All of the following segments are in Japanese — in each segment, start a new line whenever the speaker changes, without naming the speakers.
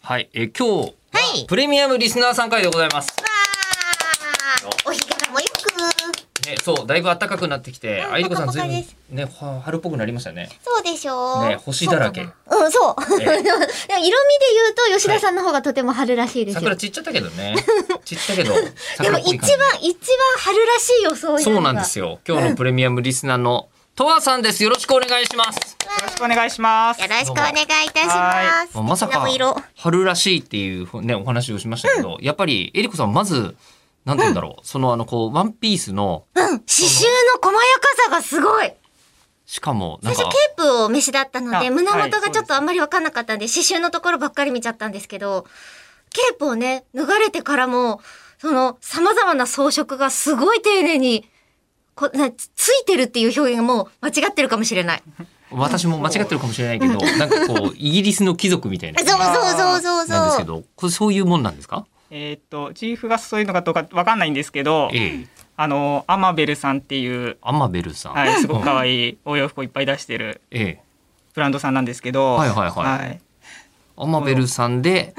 はい、えー今日、
はい
プレミアムリスナー参回でございます。
わーお日柄もよく
ね、そう、だいぶ暖かくなってきて、
うん
あいりこさん
ぽ
ず
か
い
ぽ
ぶ
か
ん
です
ね、は春っぽくなりましたね。
そうでしょう
ね星だらけ
そうかなうんそう
え え
でも色味で言うと吉田さんの方がとても春らしいですよ
桜ちっちゃったけど ね。ちっちゃけど、
でも
桜っぽ
一
い感
番
じ。
一番春らしい装い
そうなんです
よ
よ。今日のプレミアムリスナーの、とわさんです。よろしくお願いします。
よろしくお願いします。
よろしくお願いいたします
まさか
素敵なお色、
春らしいっていうね、お話をしましたけど、やっぱり、えりこさん、まず、なんて言うんだろう。その、あの、こう、ワンピースの、
うん刺繍の細やかさがすごい
しかも、な
最
ん
初
か
ケ、ープをお召しだったので
あ
胸元
は
が
い
ちょっとあんまり分かんなかったんで、刺繍のところばっかり見ちゃったんですけどケープをね脱がれてからもそのさまざまな装飾がすごい丁寧にこなつついてるっていう表現がもう間違ってるかもしれない。
私も間違ってるかもしれないけど、なんかこう、イギリスの貴族みたいな
そう。そうそうそう
なんです
そ
け
う。
ど、これそういうもんなんですか？
えーっと、チーフがそういうのかどうかわかんないんですけど、
ええ、
あの、アマベルさんっていう、
アマベルさん。
はい、すごく可愛いお洋服をいっぱい出してる
ええ、
ブランドさんなんですけど、
はいはいはい
はい。
アマベルさんで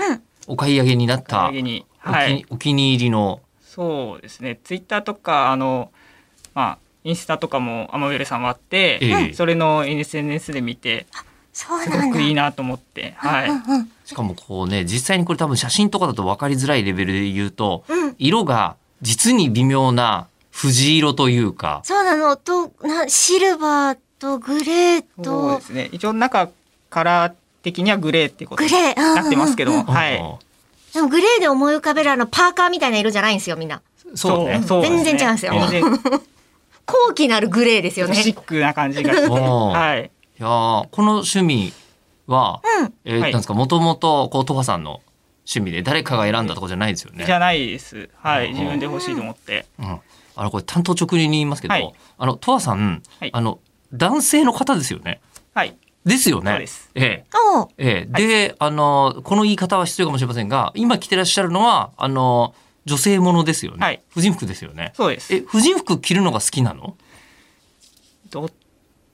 お買い上げになっ
お土
たお
産
気
に、はい。
お気に入りの
そうですね、ツイッターとか、あの、まあ、インスタとかもアマベルさんはあって、
ええ
それの SNS で見て、
そう
す
なん
ご
だ
く。いいなと思って、はい。
しかもこうね実際にこれ多分写真とかだと分かりづらいレベルで言うと、
うん
色が実に微妙な藤色というか
そうなのとなシルバーとグレー
そう
と
ですね、一応中カラー的にはグレーっていうこと
グ
に
レー。うんうんうん
なってますけど、はい。
でもグレーで思い浮かべるあのパーカーみたいな色じゃないんですよみんな。
そうね
そうですね
全然違うんですよ
全然
高貴なるグレーですよね。
シックな感じが。
おー
はい。
いやーこの趣味は、
うん
えー
は
ないんですかもともとこうトハさんの趣味で誰かが選んだとかじゃないですよね
じ。ゃないです。はい。
うん
自分で欲しいと思って。
うん、あのこれ担当直入に言いますけど、
はい
あのトワさん、
はい
あの男性の方ですよね。
はい。
ですよね。
そうです
ええ
おう
ええで、あのこの言い方は失礼かもしれませんが、今着てらっしゃるのはあの女性ものですよね。
はい
婦人服ですよね。
そうです。
え婦人服着るのが好きなの？
ど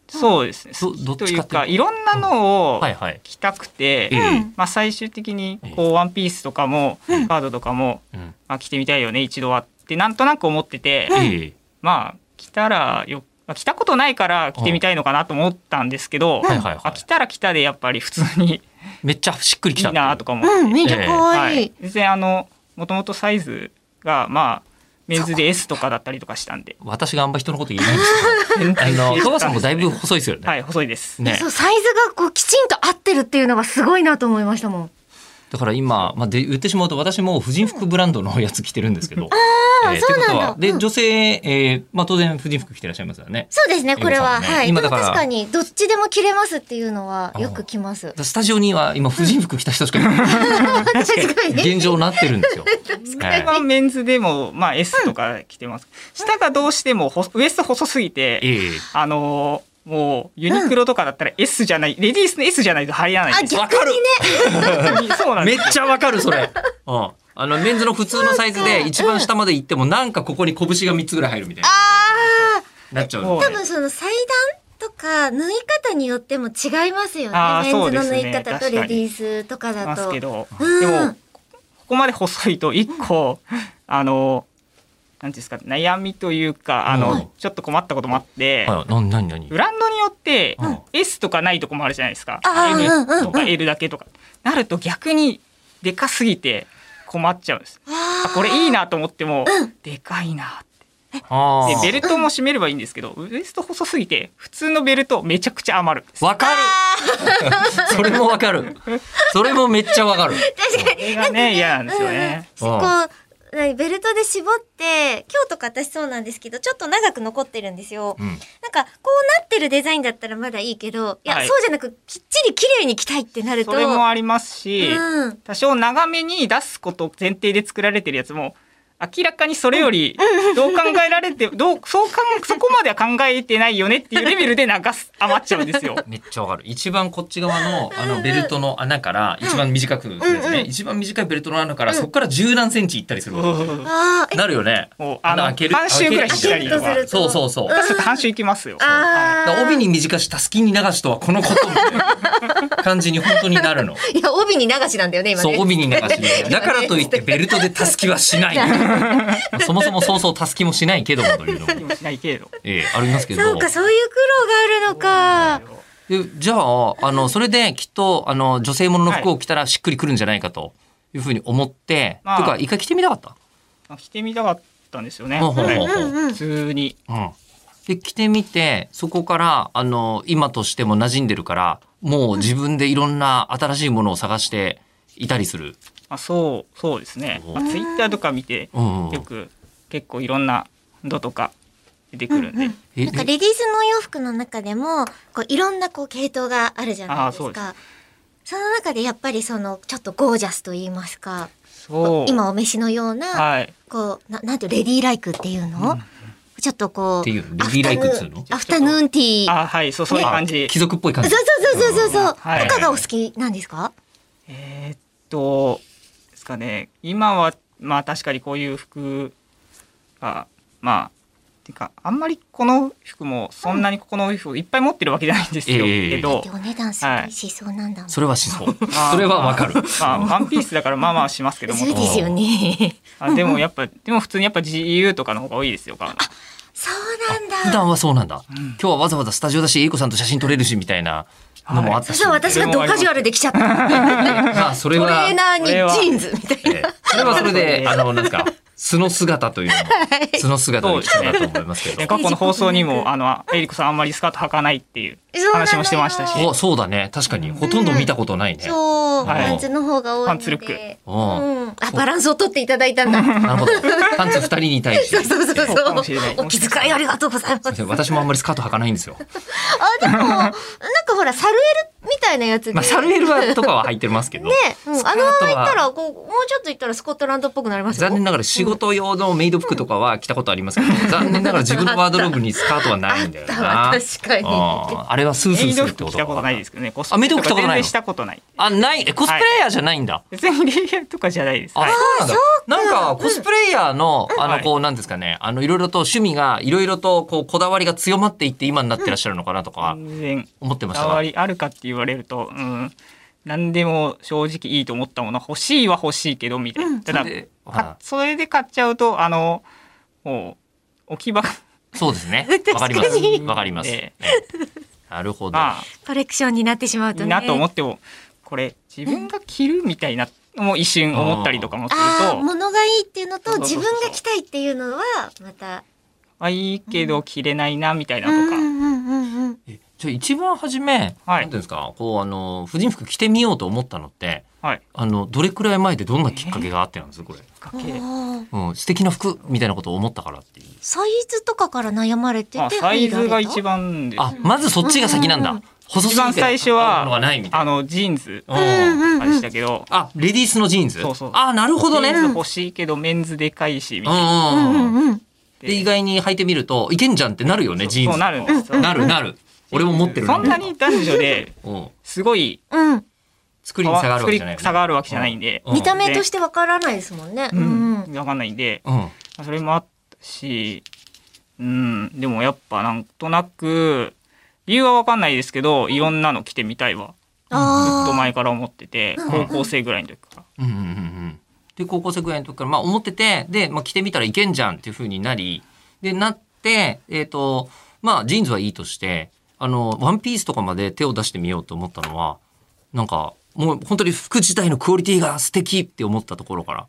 そうですね。
どどっちかって
というか、いろんなのを
はいはい。
着たくて、
ええ
まあ最終的に
ええ
こうワンピースとかもカードとかも、
うん
まあ着てみたいよね一度はってなんとなく思ってて、
ええ
まあ着たらよ。まあ着たことないから着てみたいのかなと思ったんですけ
はい
ど、
はいはい
あ着たら着たでやっぱり普通に
めっちゃしっくり
い
きた
いなと
か。
かも
うん、めっちゃ可
は
愛い。
い、全然あのもともとサイズがまあメンズで S とかだったりとかしたんで
私があんま人のこと言えないんです けどあのトワさんもだいぶ細いですよね。
はい細いです、
ね
そうサイズがこうきちんと合ってるっていうのがすごいなと思いましたもん。
だから今、まあ、で言ってしまうと私も婦人服ブランドのやつ着てるんですけど。あ
そうなんだ
で
うん
女性、えーまあ、当然婦人服着てらっしゃいますよね。
そうですね、これ
エゴさ
は。
んね
はい。で
今だ
も
から
確かに、どっちでも着れますっていうのはよく着ます。
スタジオには今婦人服着た人しかいない
確かに。
現状なってるんですよ。
これはメンズでもまあ S とか着てます、下がどうしてもほウエスト細すぎ
え
て、
え
あのーもうユニクロとかだったら S じゃない、レディースの S じゃないと入らない
あ、
んです
逆
よ
にね。
本当にそうなん
め
で
っ
す
ちゃわかるそ れ。うんあのメンズの普通のサイズで一番下まで行ってもなんかここに拳が三つぐらい入るみたいな
ああ、
なっちゃう
も
の
う
多分その裁断とか、縫い方によっても違いますよね
あ。ー
メンズの
そ
縫
うです
い
ね
方とレディースとかだ
ます
と。
けど、
うん
でもここまで細いと一個、あのーなんていうんですか悩みというかあの、
うん
ちょっと困ったこともあって、
はいなになになに
ブランドによって
うん
S とかないとこもあるじゃないですか
あー
M
うんうん
とか L だけとかなると逆にでかすぎて困っちゃうんです
あ
あこれいいなと思ってもでかいなって
あ
でベ
ー
ルトも締めればいいんですけどウエスト細すぎて普通のベルトめちゃくちゃ余るんです
わかる それもわかるそれもめっちゃわかる
確かに。
これがね嫌なんですよね
うんうん、こう何ベルトで絞って今日とか私そうなんですけどちょっと長く残ってるんですよ、
うん
なんかこうなってるデザインだったらまだいいけどいや、
はい
そうじゃなくきっちり綺麗に着たいってなると
それもありますし
うん
多少長めに出すことを前提で作られてるやつも明らかにそれよりどう考えられ てどうそうかんそこまでは考えてないよねっていうレベルで流 す余っちゃうんですよ。
めっちゃわかる。一番こっち側のあのベルトの穴から一番短くですね。一番短いベルトの穴からそこから十何センチいったりすること。
あーえ
なるよね。
もうあの
穴開ける
半周ぐらいしたりと
開
か
ける。とす
そ
る
うそうそう。だか
ちょっと半周いきますよ。は
あ
ら
ー
帯に短したすきに流しとはこのことみたい な感じに本当になるの。
いや、帯に流しなんだよね、今ね。
そう帯に流しでだからといってベルトでたすきはしない。 そもそもそうそうたすきもしないけどもというのも
い。しないけど。
ええありますけど。
そうか、そういう苦労があるのか。
でじゃああのそれできっとあの女性ものの服を着たらしっくりくるんじゃないかというふうに思って、
まあ
とか一回着てみたかった。
あ着てみたかったんですよね。
ほうほうほう
は
ほう
うんうん
い普。通に
うんで着てみてそこからあの今としても馴染んでるからもう自分でいろんな新しいものを探していたりする。
あそうそうですね
お。
まあ、ツイッターとか見て
うんうん
よく結構いろんな度とか出てくるんで、
え
なんかレディースのお洋服の中でも、こういろんなこう系統があるじゃないです
あーそうで
か。その中でやっぱりそのちょっとゴージャスと言いますか、
そう
今お召しのような、
はい
こうななんていうレディーライクっていうの、ちょっとこう
っていうのレディーライクっつうの
アフタヌーンアフタヌーンティー。
あはいそうそういう感じ
あ。貴族っぽい感
そう
じ。
そうそうそうそうそう。
はい
他がお好きなんですか？
えーっとですかね今はまあ確かにこういう服がまあてかあんまりこの服もそんなにここの服いっぱい持ってるわけじゃないんですよ、
ええ
けど
で、お値段すごいしそうなんだもん。
それはしそう。それはわかる。
まあ、ワンピースだからまあまあしますけども
そうですよね。
あでもやっぱでも普通にやっぱ GU とかの方が多いですよ買うの
そうな
普
んだ。
段はそうなんだ。
ん
今日はわざわざスタジオだし、英子さんと写真撮れるしみたいなのもあっ
そ
た
し
し。
たら私がドカジュアルで来ちゃっ た。
まあそれ
トレ
は
ー、ナーにジーンズみたいな。
ええそれはそれで、あの、なんか、素の姿というのも、素の姿で来たなと思いますけ
で
ど。
過去の放送にもあのエリコさんあんまりスカート履かないっていう
そうなのよ
話もしてましたし
お、そうだね。確かに、ほとんど見たことないね。
そう、
はい
パンツの方が多いので。
パンツルック
うん
うん。あ、バランスを取っていただいたんだ。
なるほ ど。パンツ二人に対して。
そうそうそう
そうかもし
そ。
れないう
お気遣いありがとうございます。
ええ私もあんまりスカート履かないんですよ。
あ、でも、なんかほら、サルエルみたいなやつで。
まあ、サルエルはとかは履いてますけど。
ね、うん、
スカ
あ
ー
の
ト
ま
は
ま行ったら、こう、もうちょっと行ったらスコットランドっぽくなりますよ。
残念ながら仕事用のメイド服とかは着たことありますけど、残念ながら自分のワードローブにスカートはないんだよ
あ
な。
ったわ確
う
か
んあれはスースー
メイ
す
ド
るって
服
こ
着
と
たことないですけどねコス
あメイド服着たことないの
全然したことない
あ、ない、えコスプレイヤーじゃないんだ。
別にレイヤーとかじゃないです
あ、
はい
そうなんだ。なんか、コスプレイヤーの、あ
は
の、
い
こう、なんですかね、あの、いろいろと趣味が、いろいろと、こう、こだわりが強まっていって、今になってらっしゃるのかなとか、
全然
思ってま
こ
した
だわ
が。
りあるかって言われるとうん何でも正直いいと思ったもの欲しいは欲しいけどみたいな、ただ
それで
か
は
それで買っちゃうとあのもう置き場が
いそうですね。
確
わ
か
かり
に
ます。わかります。
え
ねなるほど。
ま
コレクションになってしまう
あい
と
い
ね。
なと思
あ
ってもこれ自分が着るみたいなのも一瞬思ったりとかもする
あー、
と
物がいいっていうのと、
そうそう
自
そう
分
そう
が着たいっていうのは、また。
あいいけど着れないなみたいな
う
と
んう
か、
んうんうんうん。
えじゃあ一番初め、
は
なん
い
ていうんですか、こう、あの、婦人服着てみようと思ったのって、
はい
あの、どれくらい前でどんなきっかけがあってなんですこれ。
かけ
おー
うん、素敵な服みたいなことを思ったからっていう。
サイズとかから悩まれて
あ
て、
サイズが一
番。
番です
あ、まずそっちが先なん
うんう
だ
ん。
細すぎ
一
て
番最初
合うのが
は
ないみたい
あ
な。
のジーンズ
うん
うんうん
でしたけど、
あ、レディースのジーンズ。
そうそう
あ、なるほどね。
ジ
う
ーン
ん
ズ欲しいけどメンズでかいしみ
う
たいなっ
うんうん
んうん。
うん。
て
で、意外に履いてみると、いけんじゃんってなるよね、
そう
ジーン
そ
ズ。
うなるんですよ
なるなる。俺も持ってる
そんなに男女で
うん。
すごい
うん。
作りに差があるわけじゃないよね。
差があるわけじゃないんで、
うん
見た目としてわからないですもんね。う
うん
うん
ん、。分かんないんで
うん。
それもあったし、うん、でもやっぱなんとなく理由は分かんないですけどいろんなの着てみたいわずっと
あ
前から思ってて
うん
高校生ぐらいの時から。
うんうんうんうんで高校生ぐらいの時から、まあ、思っててで、まあ、着てみたらいけんじゃんっていう風になりでなって、えーとまあ、ジーンズはいいとしてあのワンピースとかまで手を出してみようと思ったのはなんかもう本当に服自体のクオリティが素敵って思ったところから。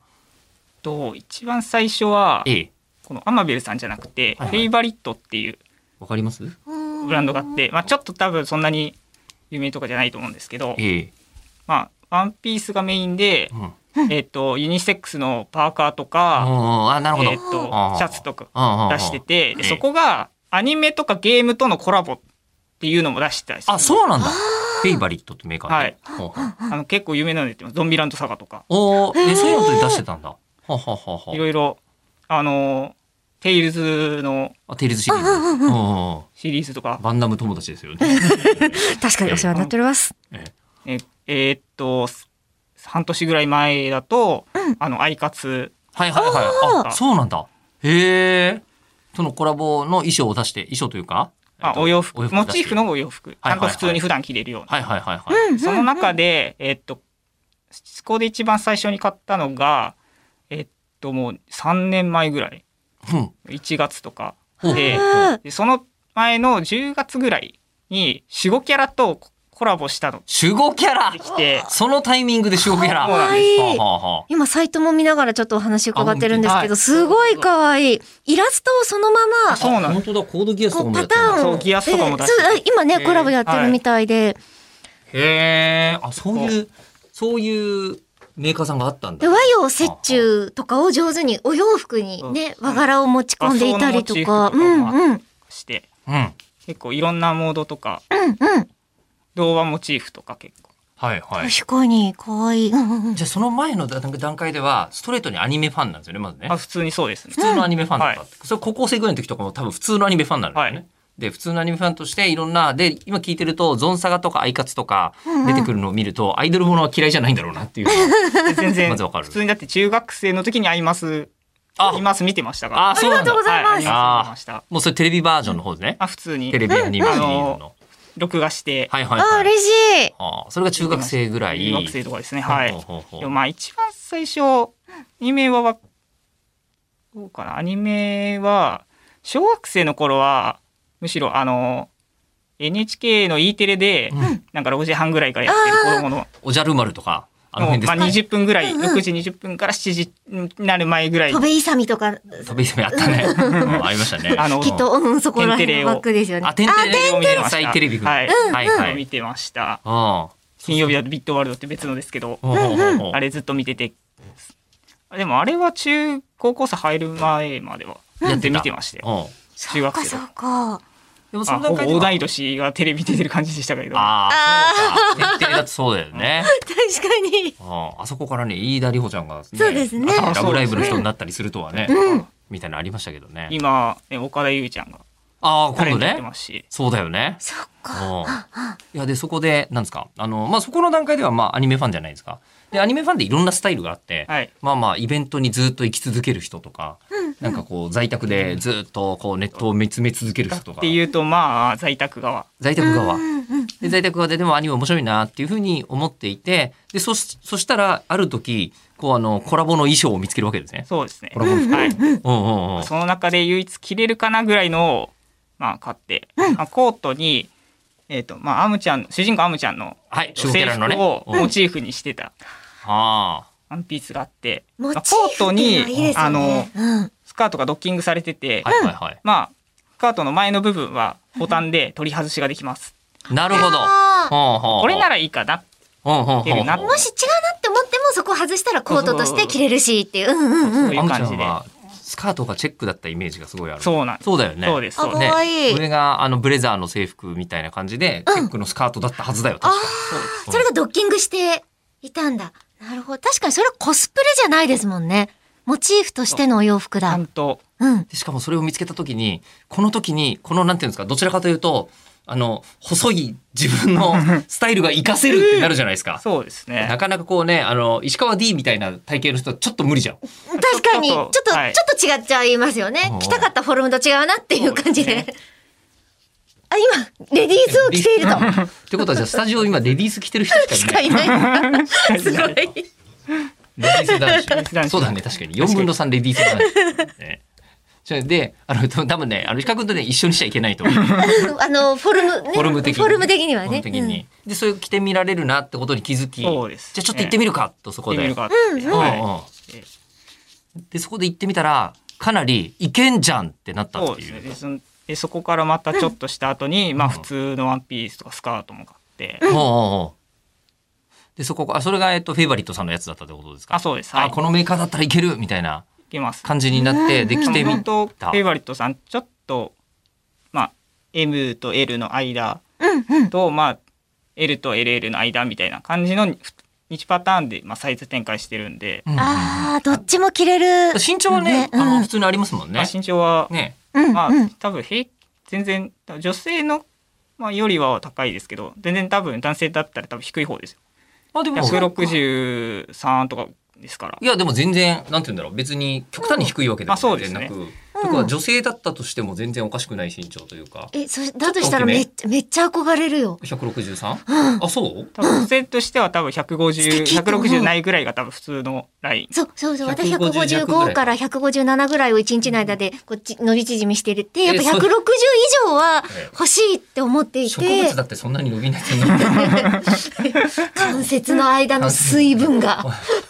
と一番最初は
ええ
このアマベルさんじゃなくて、
はいはい
フェイバリットっていう
わかります
あ。
ブランドがあって、まあ、ちょっと多分そんなに有名とかじゃないと思うんですけど、
ええ
まあ、ワンピースがメインで
う、ん、
えっとユニセックスのパーカーと
あ
か、
あなるほど、
えっと
あー
シャツとか
ああ
出してて
ええ
でそこがアニメとかゲームとのコラボっていうのも出してたりする
あそうなんだフェイバリットってメーカーで、ほうほう
あの結構有名なのでゾンビランドサガとか
おーえそういうので出してたんだははははい
ろいろあの、テイルズの
あ、テイルズシリーズ。うんうん
シリーズとか、
バンダム友達ですよね。
確かにお世話になっております。
ええ
ええーっと、す半年ぐらい前だと、あの、アイカツ、
はいはいはい。あ、そうなんだ。へえ。とのコラボの衣装を出して、衣装というか。えっ
あ、
と
お洋服、モ
を出
チ
し
ー
て
フのお洋服、ち
はいは
ゃ
い
ん
は
と
い
普通に普段着れるよう
は
な。
いはいはいはい。
その中で、えーっと、そこで一番最初に買ったのが、えーっと、もう3年前ぐらい、
うん。
1月とか
ほう
で、でその前の10月ぐらいに45キャラとココラボしたの
守護キャラ
で。きて、
そのタイミングで守護キャラ。
かわ
いい
はあはあはあ
今サイトも見ながらちょっとお話伺ってるんですけど、
あ
すごい可愛い。イラストをそのまま、
そうなんだ
あ本当だ、コードギアスと
こ
か
う
もやっ
パタ
てるんだ
ーン
そ
を。
うギアスとかも出して
えそう今ね、コラボやってるみたいで。
へえ。あ、そういう、そういうメーカーさんがあったんだ
で。和洋折衷とかを上手にお洋服にね、
うん
和柄を持ち込んでいたりとか。
和装
う
の
ん
モチーフとか
う
も
ん。
して、
うん。
結構いろんなモードとか、童話モチーフとか結構。
はいはい。
確かに、可愛い。うんうんうん
じゃあその前の段階ではストレートにアニメファンなんですよねまずね
あ、普通にそうですね
普。通のアニメファンだった、
はい
それ高校生ぐらいの時とかも多分普通のアニメファンなんですよね、
はい
で普通のアニメファンとしていろんなで今聞いてるとゾンサガとかアイカツとか出てくるのを見ると、アイドルものは嫌いじゃないんだろうなっていうのが
で全然、
まずわかる
普通にだって中学生の時にアイマス、
あ
アイマス見てましたから。
あそうなん
ありがとうご
だ
ざいます
はい、アイマス見てました。
もうそれテレビバージョンの方ですね、
あ、普通に
テレビアニメシリーズ
あ
の
の録画して、
はいはい
あ、
はい
嬉しい。
あそれが中学生ぐらい
中学生とかですね。はい。
ほうほうほう
でもまあ一番最初アニメはわどうかなアニメは小学生の頃はむしろあの NHK の E テレで、
うん
なんか6時半ぐらいからやってる子供の
おじゃる丸とかあの
もう
辺です
ま
か
あ
ね
20分ぐらい、
うんうん
6時20分から7時になる前ぐらい
戸部勇美とか、
飛び攻めあったね、うん ありましたね
あの
きっと、うん、そこら辺のバックですよね。
あ、テンテレを見てま
あテン
テ
テレ
レビ
はい
はいは
見
い。
てました
あ
金曜日だとビットワールドって別のですけど
あ。あ
あれずっと見ててでもあれは中高校生入る前までは
や
や
っ
ってて
た
見てましたよ
うん。
中学生
そ
は
うか、そうか。
でもそ
あ
の段
ほ
階では
ぼ同い年がテレビ出てる感じでしたけど。
ああ、そうか。テンテレだとそうだよね。
確かに。
あああそこからね、飯田里穂ちゃんがね。
そうですね
あラブライブの人になったりするとはね。
うん。
みたいなのありましたけどね。
今、ね、岡田優衣ちゃんが
ああ、
タレ
今度
ントやって
ね
ま。すし、
そうだよね。
そっか。
うんいやでそこでなんですかあのまあそこの段階ではまあアニメファンじゃないですかでアニメファンでいろんなスタイルがあって、
はい
まあまあイベントにずっと行き続ける人とか、なんかこう在宅でずっとこうネットを見つめ続ける人と
っ
か
ていうとまあ在宅側
在宅側
うんうん。
で在宅側ででもアニメ面白いなっていうふうに思っていてでそしそしたらある時こうあのコラボの衣装を見つけるわけですね。
そうですね、
コラボの衣装
はい、
うんうんうん
その中で唯一着れるかなぐらいのをまあ買って、まあ、コートにえっ、とまあアムちゃん主人公アムちゃんの
はい、シュゴキ
制
ャラのね。
服を
うん
モチーフにしてた
あ
ワンピースがあって、
モ
まあ
チー
コー
フっ
ト
ていう
に
のはいいですよね。
あの
うん。
スカートがドッキングされてて、
ーはいはいはい。
まあスカートの前の部分はボタンで取り外しができます。
なるほど。
あー
こ
これならいいかな
出
出るな
もし違うなって思っても、そこ外したらコートとして着れるしっていう。うんうんうん。
とい
ア
う
ムちゃ
感
ん
じで
はスカートがチェックだったイメージがすごいある。う
そうなんです。
だよね。
そうです。
あ
そうです。
ね
かわいい
上があのブレザーの制服みたいな感じで、チェックのスカートだったはずだよ。確か
そうです
それがドッキングしていたんだ。なるほど。確かにそれはコスプレじゃないですもんね。モチーフとしてのお洋服
ちゃ
だ
ん。と
うん。
でしかもそれを見つけた時に、この時にこのなんていうんですか、どちらかというとあの細い自分のスタイルが活かせるってなるじゃないですか。
そうですね。
なかなかこうね、あの石川 D みたいな体型の人はちょっと無理じゃん。
確かに、ち
ち
ょ
ょ
っ
っ
と、ち
と
ょ
はい
っと違っちゃいますよね
う。ん
着たかったフォルムと違うなっていう感じで。
そうです
あ、今、レディースを着ていると。
ってことはじゃあスタジオ今レディース着てる人し
し
か
か
いない。
いない。すごい。
レディース男
ス
子。
男子
そうだね、確かに。4分の3レディース男子。ねそれで、あの、多分ね、あの、比較とね、一緒にしちゃいけないと思う。
あの、フォルム、ね、
フォルム的に。
フォルム的には
フォル
ね
ム。的にで、それを着てみられるなってことに気づき、
そうです
じゃあちょっと行ってみるか、とそこ
行って
で。
みるかって
うんうん
は
で、そこで行ってみたら、かなり、いけんじゃんってなっ
い。
た
そ
っ
う
て
で
いう。
すね。でそんでそこからまたちょっとした後に、まあ普通のワンピースとかスカートも買って、
ほうほうほうで、そこ、あ、それが、えっと、フェイバリットさんのやつだったってことですか
あそうですはい
あ、このメーカーだったらいけるみたいない
けます。
感じになって、で、着てみ
本当フ
た
ェイ。バリットさんちょっとまあ M と L の間と、まあ L と LL の間みたいな感じのふ1パターンで、まあ、サイズ展開してるんで、
うんうん
ああ、どっちも着れる。
身長はね、
うん
あの普通にありますもん
まあ
ね。
身長は、
ね、
うん、
まあ
うん。
多分平全然女性の、まあ、よりは高いですけど全然多分男性だったら多分低い方ですよ
まあでも
163とかですから
いやでも全然なんて言うんだろう別に極端に低いわけで
あそ
も
うで
全
す
然な
ね
く、だから女性だったとしても全然おかしくない身長というか
え、そし、だとしたらめっちゃ、めっちゃ憧れるよ。
163、
うん。
あそう
多分女性としては多分
素敵と思う
150160ないぐらいが多分普通のライン
そう、そうそう。私
150
155から157ぐらいを1日の間で、こっち、伸び縮みしてるって、やっぱ
えそう
160以上は欲しいって思ってい
植物
て、
だってそんなに伸びないって言うの
関節の間の水分が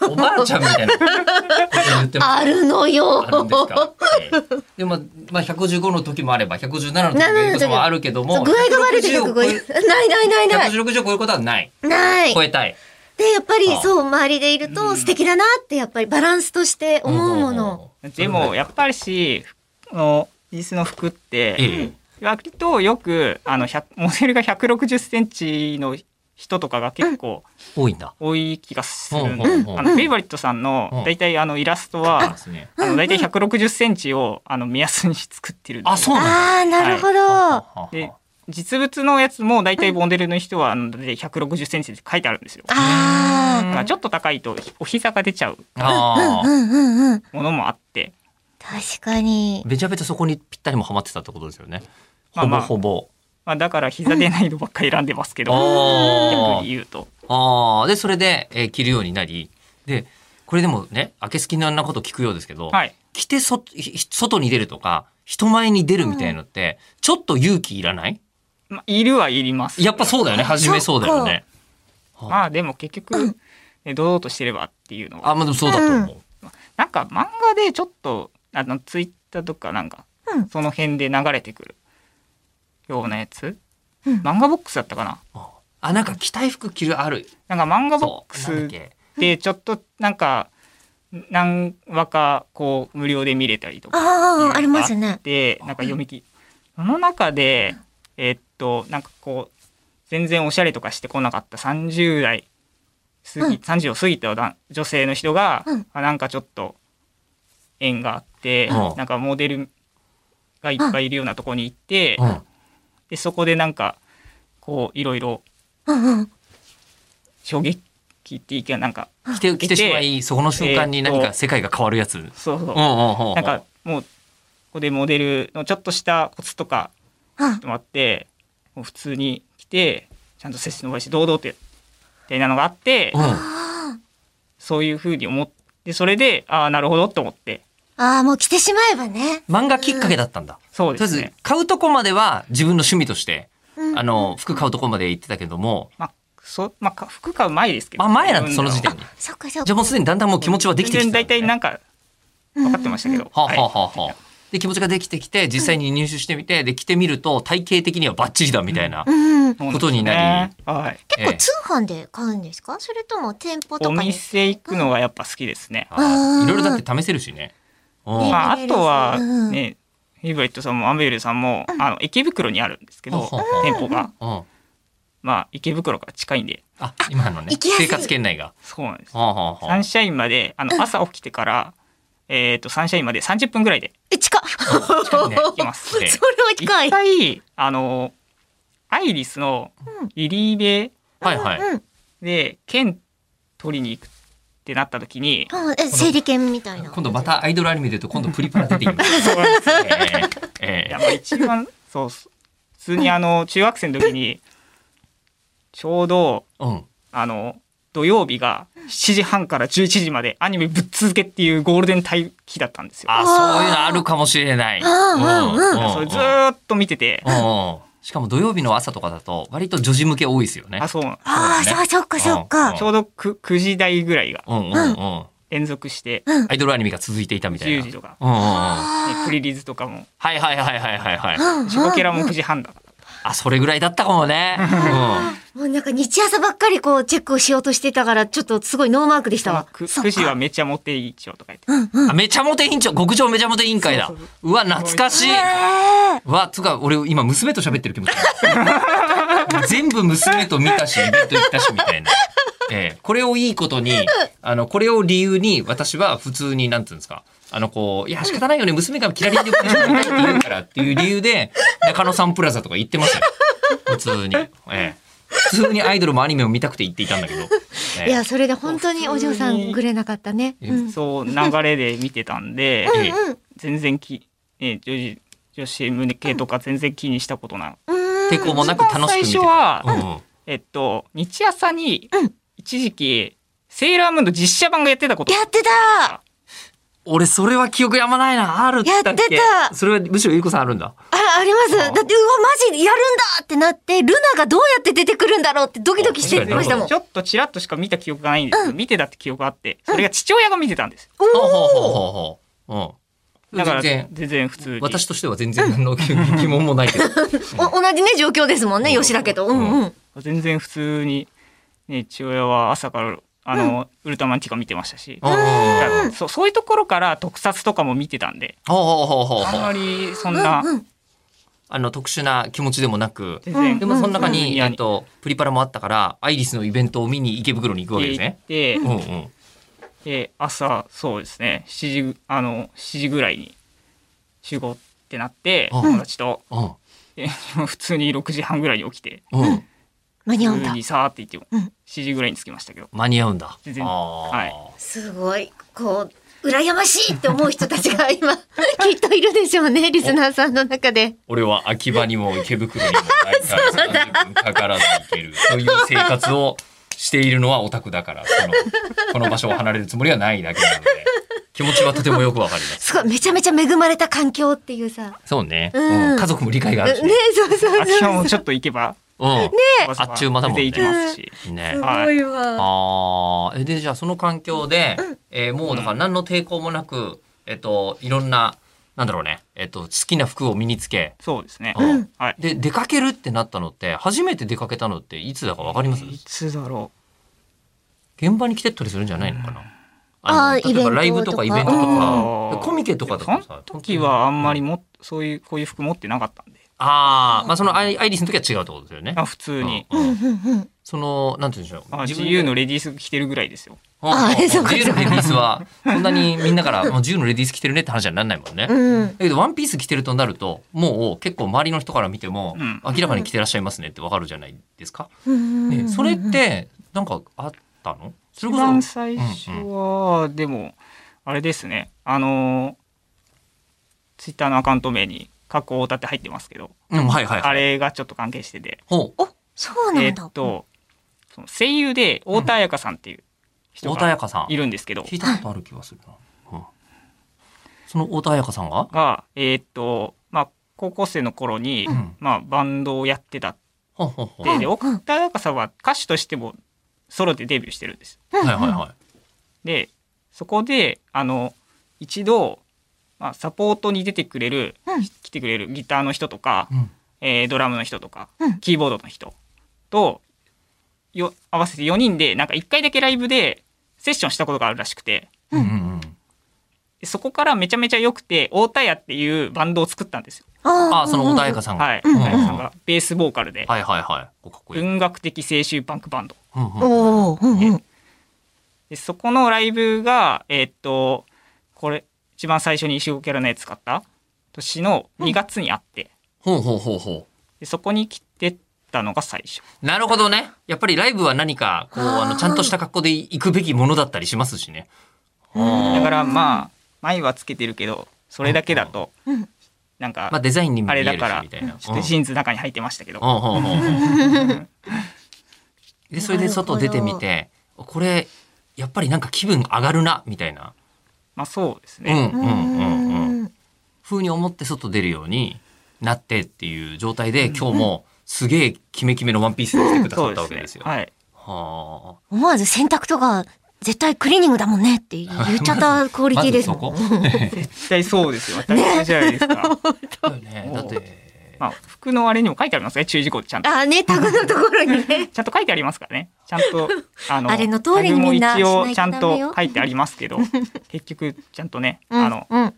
おばあちゃんみたいなこと言ってます
あるのよ。
あるんですか、ええでも、まあ、155の時もあれば157の時もいうこともあるけど
そう
も
具合が悪いと
160を超え
150。ないないないない。
160を超えることはない
ない。
超えたい
で、やっぱり
ああ
そう、周りでいると素敵だなって、やっぱりバランスとして思うもの。
でもやっぱりしこのイギリスの服って、
ええ
割とよくあの100モデルが1 6 0ンチの人とかが結構
多いんだ
多い気がするんで、
うんうんうん
あのフェイバリットさん
うん
の大体あのイラス
そう
トは
で、すね
あの大体160センチをあの目安に作ってるんで
あそうなんだ
ああ、なるほど。
で実物のやつも大体モデルの人はあの大体160センチって書いてあるんですよ。だ
あ
からちょっと高いとお膝が出ちゃう
ああ、
あ。うんうんうん。
ものもあって、
確かに。
べちゃべちゃそこにぴったりもハマってたってことですよね。
ま
ほ
あま
ぼ
あ
ほぼ。
まあ、だから膝出ないのばっかり選んでますけど、
あー
逆に言うと。
ああ、で、それで、えー着るようになり、で、これでもね、明けすきのあんなこと聞くようですけど、
はい、
着てそひ外に出るとか、人前に出るみたいのって、ちょっと勇気いらない
まあ、いるはいります。
やっぱそうだよね。初めそうだよね。
まあでも結局、ね、堂々としてればっていうのは
あ、まあでもそうだと思う。
なんか漫画でちょっとあのツイッターとかなんか、
うん
その辺で流れてくるようなやつ、
うん
漫画ボックスだったかな
ああ、なんか着たい服着るある。
なんか漫画ボ
そ
ック
う。なんだっ
ス
け
でちょっとなんか何話かこう無料で見れたりとか
ああ、ありますね。
でなんか読み切その中でえーっとなんかこう全然おしゃれとかしてこなかった30代過ぎ、
うん
30を過ぎた男女性の人が、
うん
あなんかちょっと縁があって、
うん
なんかモデルがいっぱいいるようなとこに行って、
うん。
でそこでなんかこういろいろ
うんうん。
衝撃っていうかなんか
着て、着てしまい、そこの瞬間に何か世界が変わるやつ。うんうん
そうそう、
うんうん。
なんかもうここでモデルのちょっとしたコツとか
あ
ちょっと待ってもう普通に来てちゃんと背伸ばして堂々とやみたいなのがあって、
うん。
あ
そういうふうに思ってそれでああなるほどと思って
ああ、もう着てしまえばね。
漫画きっかけだったんだ。
そう
と
で
り
す
あえず
ね、
買うとこまでは自分の趣味として、
うん
あの服買うとこまで行ってたけども、
まあそまあか服買う前ですけど
まあ、前なんだその時点に
そっかそっ
じゃあ
か。
もうすでにだんだんもう気持ちはできてきて
全
た
然大体
は
なんか分かってましたけど、
あはあ
はい
はあはあで気持ちができてきて実際に入手してみてで着てみると体型的にはバッチリだみたいな、
うん。結
ことになり
そうですねはい
え
構
え
通販で買うんですかそれとも店舗と
お
かに。
店行くのがやっぱ好きですね、
あーいろいろだって試せるしねうん
ね
まあ、あとは
うん
ね、フィーバリットさんもアンベルさんも、あの池袋にあるんですけど、
うん
店舗が
うん
まあ池袋から近いんで
あ今のね
行きやすい
生活圏内が
そうなんです
はあはあ
サ
は
ンシャインまであ の朝起きてから、えっ、とサンシャインまで30分ぐらいで
え、近っ。
近いね
行きます
そ
え
れ
え
は
一
近い。
回あのアイリスの入り部
あはいはい、
うん。
で剣取りに行くってなった時に、
うんえ、整理券みたいな。
今度またアイドルアニメで言うと今度プリパラ出てき ます
そうなんですね
えええ
い
え
やまあ一番そうっす普通にあの中学生の時にちょうど
うん
あの土曜日が7時半から11時までアニメぶっ続けっていうゴールデン帯期だったんですよ。
あそういうのあるかもしれない
うんうんうん
それずーっと見てて、
うんしかも土曜日の朝とかだと割と女児向け多いですよね
あ。そう
ああ、
そうだ
そ
ね
う、そっか、そっ
うん
か。
ちょうど 9, 9時台ぐらいが
うんうんうん。
連続して
アイドルアニメが続いていたみたいな。
10時とか、
うんうんうん。は
あ
ねプリリーズとかも
いはいはいはいはいはい。
あ
シボキャラも
うん
9時半だから
あそれぐらいだったかもね。
もうなんか日朝ばっかりこうチェックをしようとしてたから、ちょっとすごいノーマークでしたわ。
9,
そっか
時はめちゃモテいいちょとか言って
うん。あめちゃモテ委員長極上めちゃモテ委員会だ
そうそう。
うわ懐かしい。
え
わつうか俺今娘 と喋ってる気持ち。全部娘と見たしイベント行ったしみたいな。ええこれをいいことに、あの、これを理由に、私は普通に、なんていうんですか、あの、こう、いや、仕方ないよね、娘が嫌いで娘が嫌いって言うからっていう理由で、中野サンプラザとか行ってましたよ。普通に。ええ普通にアイドルもアニメを見たくて行っていたんだけど。ええ
いや、それで本当にお嬢さんぐれなかったね。
え
うん
そう流れで見てたんで
ええ
うん
全然き、え女子女子胸系とか全然気にしたことな
うん。
抵抗もなく楽しく見て
一番最初は
うんうん
い、えっと日朝に
うん
一時期セーラームーンの実写版がやってたこと
やってた
俺、それは記憶やまないな。あるだっけ
やってた
それは、むしろゆうこさんあるんだ。
あ、あります。だ
あ
って、うわ、マジやるんだってなって、ルナがどうやって出てくるんだろうってドキドキしてましたもん。
ちょっとちらっとしか見た記憶がないんですけど、見てたって記憶があってそれが父親が見てたんです、
ほうほうほ
おー
うほうほう。うん。
だから
全然
全、然普通に
私としては全然何の疑疑問もない けど。
お同じね、状況ですもんね、
うん
吉田家と。うんうん。
全然普通に、ね、父親は朝からあの、ウルトラマンティカ見てましたし、
うん
だからそそういうところから特撮とかも見てたんで
ほうほうほうほう
あん
ほ
ま
う。
りそん
うん
な
うん。
あの、特殊な気持ちでもなく。
全
うん
然
でもその中に、
うん
えっと、プリパラもあったから、アイリスのイベントを見に池袋に行くわけです
行っ
ね。
て、
うんうん。
で朝そうですね7時あの7時ぐらいに集合ってなって
うん
友達と
うん。
で 普通に6時半ぐらいに起きて
うん。
間に合う
普
ん
通
だ
に。さーって行って
うん
7時ぐらいに着きましたけど
間に合うんだ。
全然
あー
はい
すごい、こう、羨ましいって思う人たちが今、きっといるでしょうね、リスナーさんの中で。
俺は秋葉にも池袋にも大体30分 かからず行ける。そういう生活をしているのはオタクだから、そ の、この場所を離れるつもりはないだけなので、気持ちはとてもよくわかります。
すごい、めちゃめちゃ恵まれた環境っていうさ。
そうね。
うん
うん家族も理解があ
ね
るしね。、
そうそう
秋葉
そ
も
う。
ちょっと行けば
うん。
あ
あっちゅう間だもんね
行けますし
ね
すごいわ。
ああ、え、で、じゃあその環境で、えーもうだから何の抵抗もなく、えっと、いろんな、なんだろうね、えっと、好きな服を身につけ、
そうですね
うん
はい
で、出かけるってなったのって、初めて出かけたのっていつだかわかります
いつだろ
現場に来てったりするんじゃないのかな
あー
の例えばライ
イベン
ブ
ト
と
と
か
か
イベントと
あ
か
ー、
コミケと
う
かだ
その
とさ
時はあんまりもそういうこういう服持ってなかったんで
ああ、まあそのアイアイリスの時は違うってことですよね
ま。あ普通に
うんうん
うんうん
その、なんて言うんでしょう。
あ自
分で
由のレディース着てるぐらいですよ
うん
あ
うん
そうか
自由
そう
の
か
レディース は、そんなにみんなから、もう自由のレディース着てるねって話にはなんないもんね。
うん。
だけど、ワンピース着てるとなると、もう結構周りの人から見ても
うん、
明らかに着てらっしゃいますねってわかるじゃないですか。
うん
ね、それって、なんかあったのそれ
一
こ
番
そ、
最初は、でもあれですねあのツイッターのアカウント名に「過去太田」って入ってますけど、
うん、はいはい
あ
はい。
れがちょっと関係してて
ほう、
そうな
え
ん
ー
だ
っ。とその声優で太田彩香さんっていう人
太田彩
が
香さん
い。るんですけど、
聞いたことある気がするな。うんその太田彩香さんが、
がえーっとまあ高校生の頃に、
うん
まあ、バンドをやってたっ
ほんほんほん
て、
はい
で
うん
太田彩香さんは歌手としてもソロでデビューしてるんです。
うん
はいは
でそこであの一度、まあ、サポートに出てくれる、
うん
来てくれるギターの人とか
い。、うん
えードラムの人とか、
うん
キーボードの人とよ合わせて4人でなんか1回だけライブでセッションしたことがあるらしくて
う
うんん
うん
でそこからめちゃめちゃ良くて太田屋っていうバンドを作ったんですよ。
うん。
あ
あ、その太田彩香
さ
さんが。
はい、
うんうん
太田屋さんがベースボーカルで、
はいはいはい。おかっこいい。
文学的青春パンクバンド
うんうん
おお、うんうん。
でそこのライブがえーっとこれ一番最初に石ゴキャラのやつ買った年の2月にあって、
ほうほうほうほ
でそこに来てったのが最初
う。なるほどね。やっぱりライブは何か、こう、あの、ちゃんとした格好で行くべきものだったりしますしね。
うん
だからまあ前はつけてるけどそれだけだと
うん
なんか
まあ、デザインにも
あ
見え
れ
るし
だから
みたいな。
ちょっとジーンズ中に入ってましたけど
うんうんうんうんで、それで外出てみて、これ、やっぱりなんか気分上がるな、みたいな。
まあそうです
うんう
ね
んうんうん。風に思って外出るようになってっていう状態で、今日もすげえキメキメのワンピースで来てくだ
そ
さ
う
ったわけ
で
ですす
ね
よ。
はい
は
思わず洗濯とか絶対クリーニングだもんねって言っちゃったクオ
あ。
リティで す
ま
も
ず
ん。
そこ。
絶対そうですよ当たり前じゃないですか
だよねだって、
まあ服のあれにも書いてありますね注意事項ってちゃんと
あね、タグのところ にね。
ちゃんと書いてありますからねちゃん とあの
あれの通りにみんな
タグも一応
し
ちゃ
ない
ん
とダメよ
と書いてあります けど結局ちゃんとね
うん
あの
うん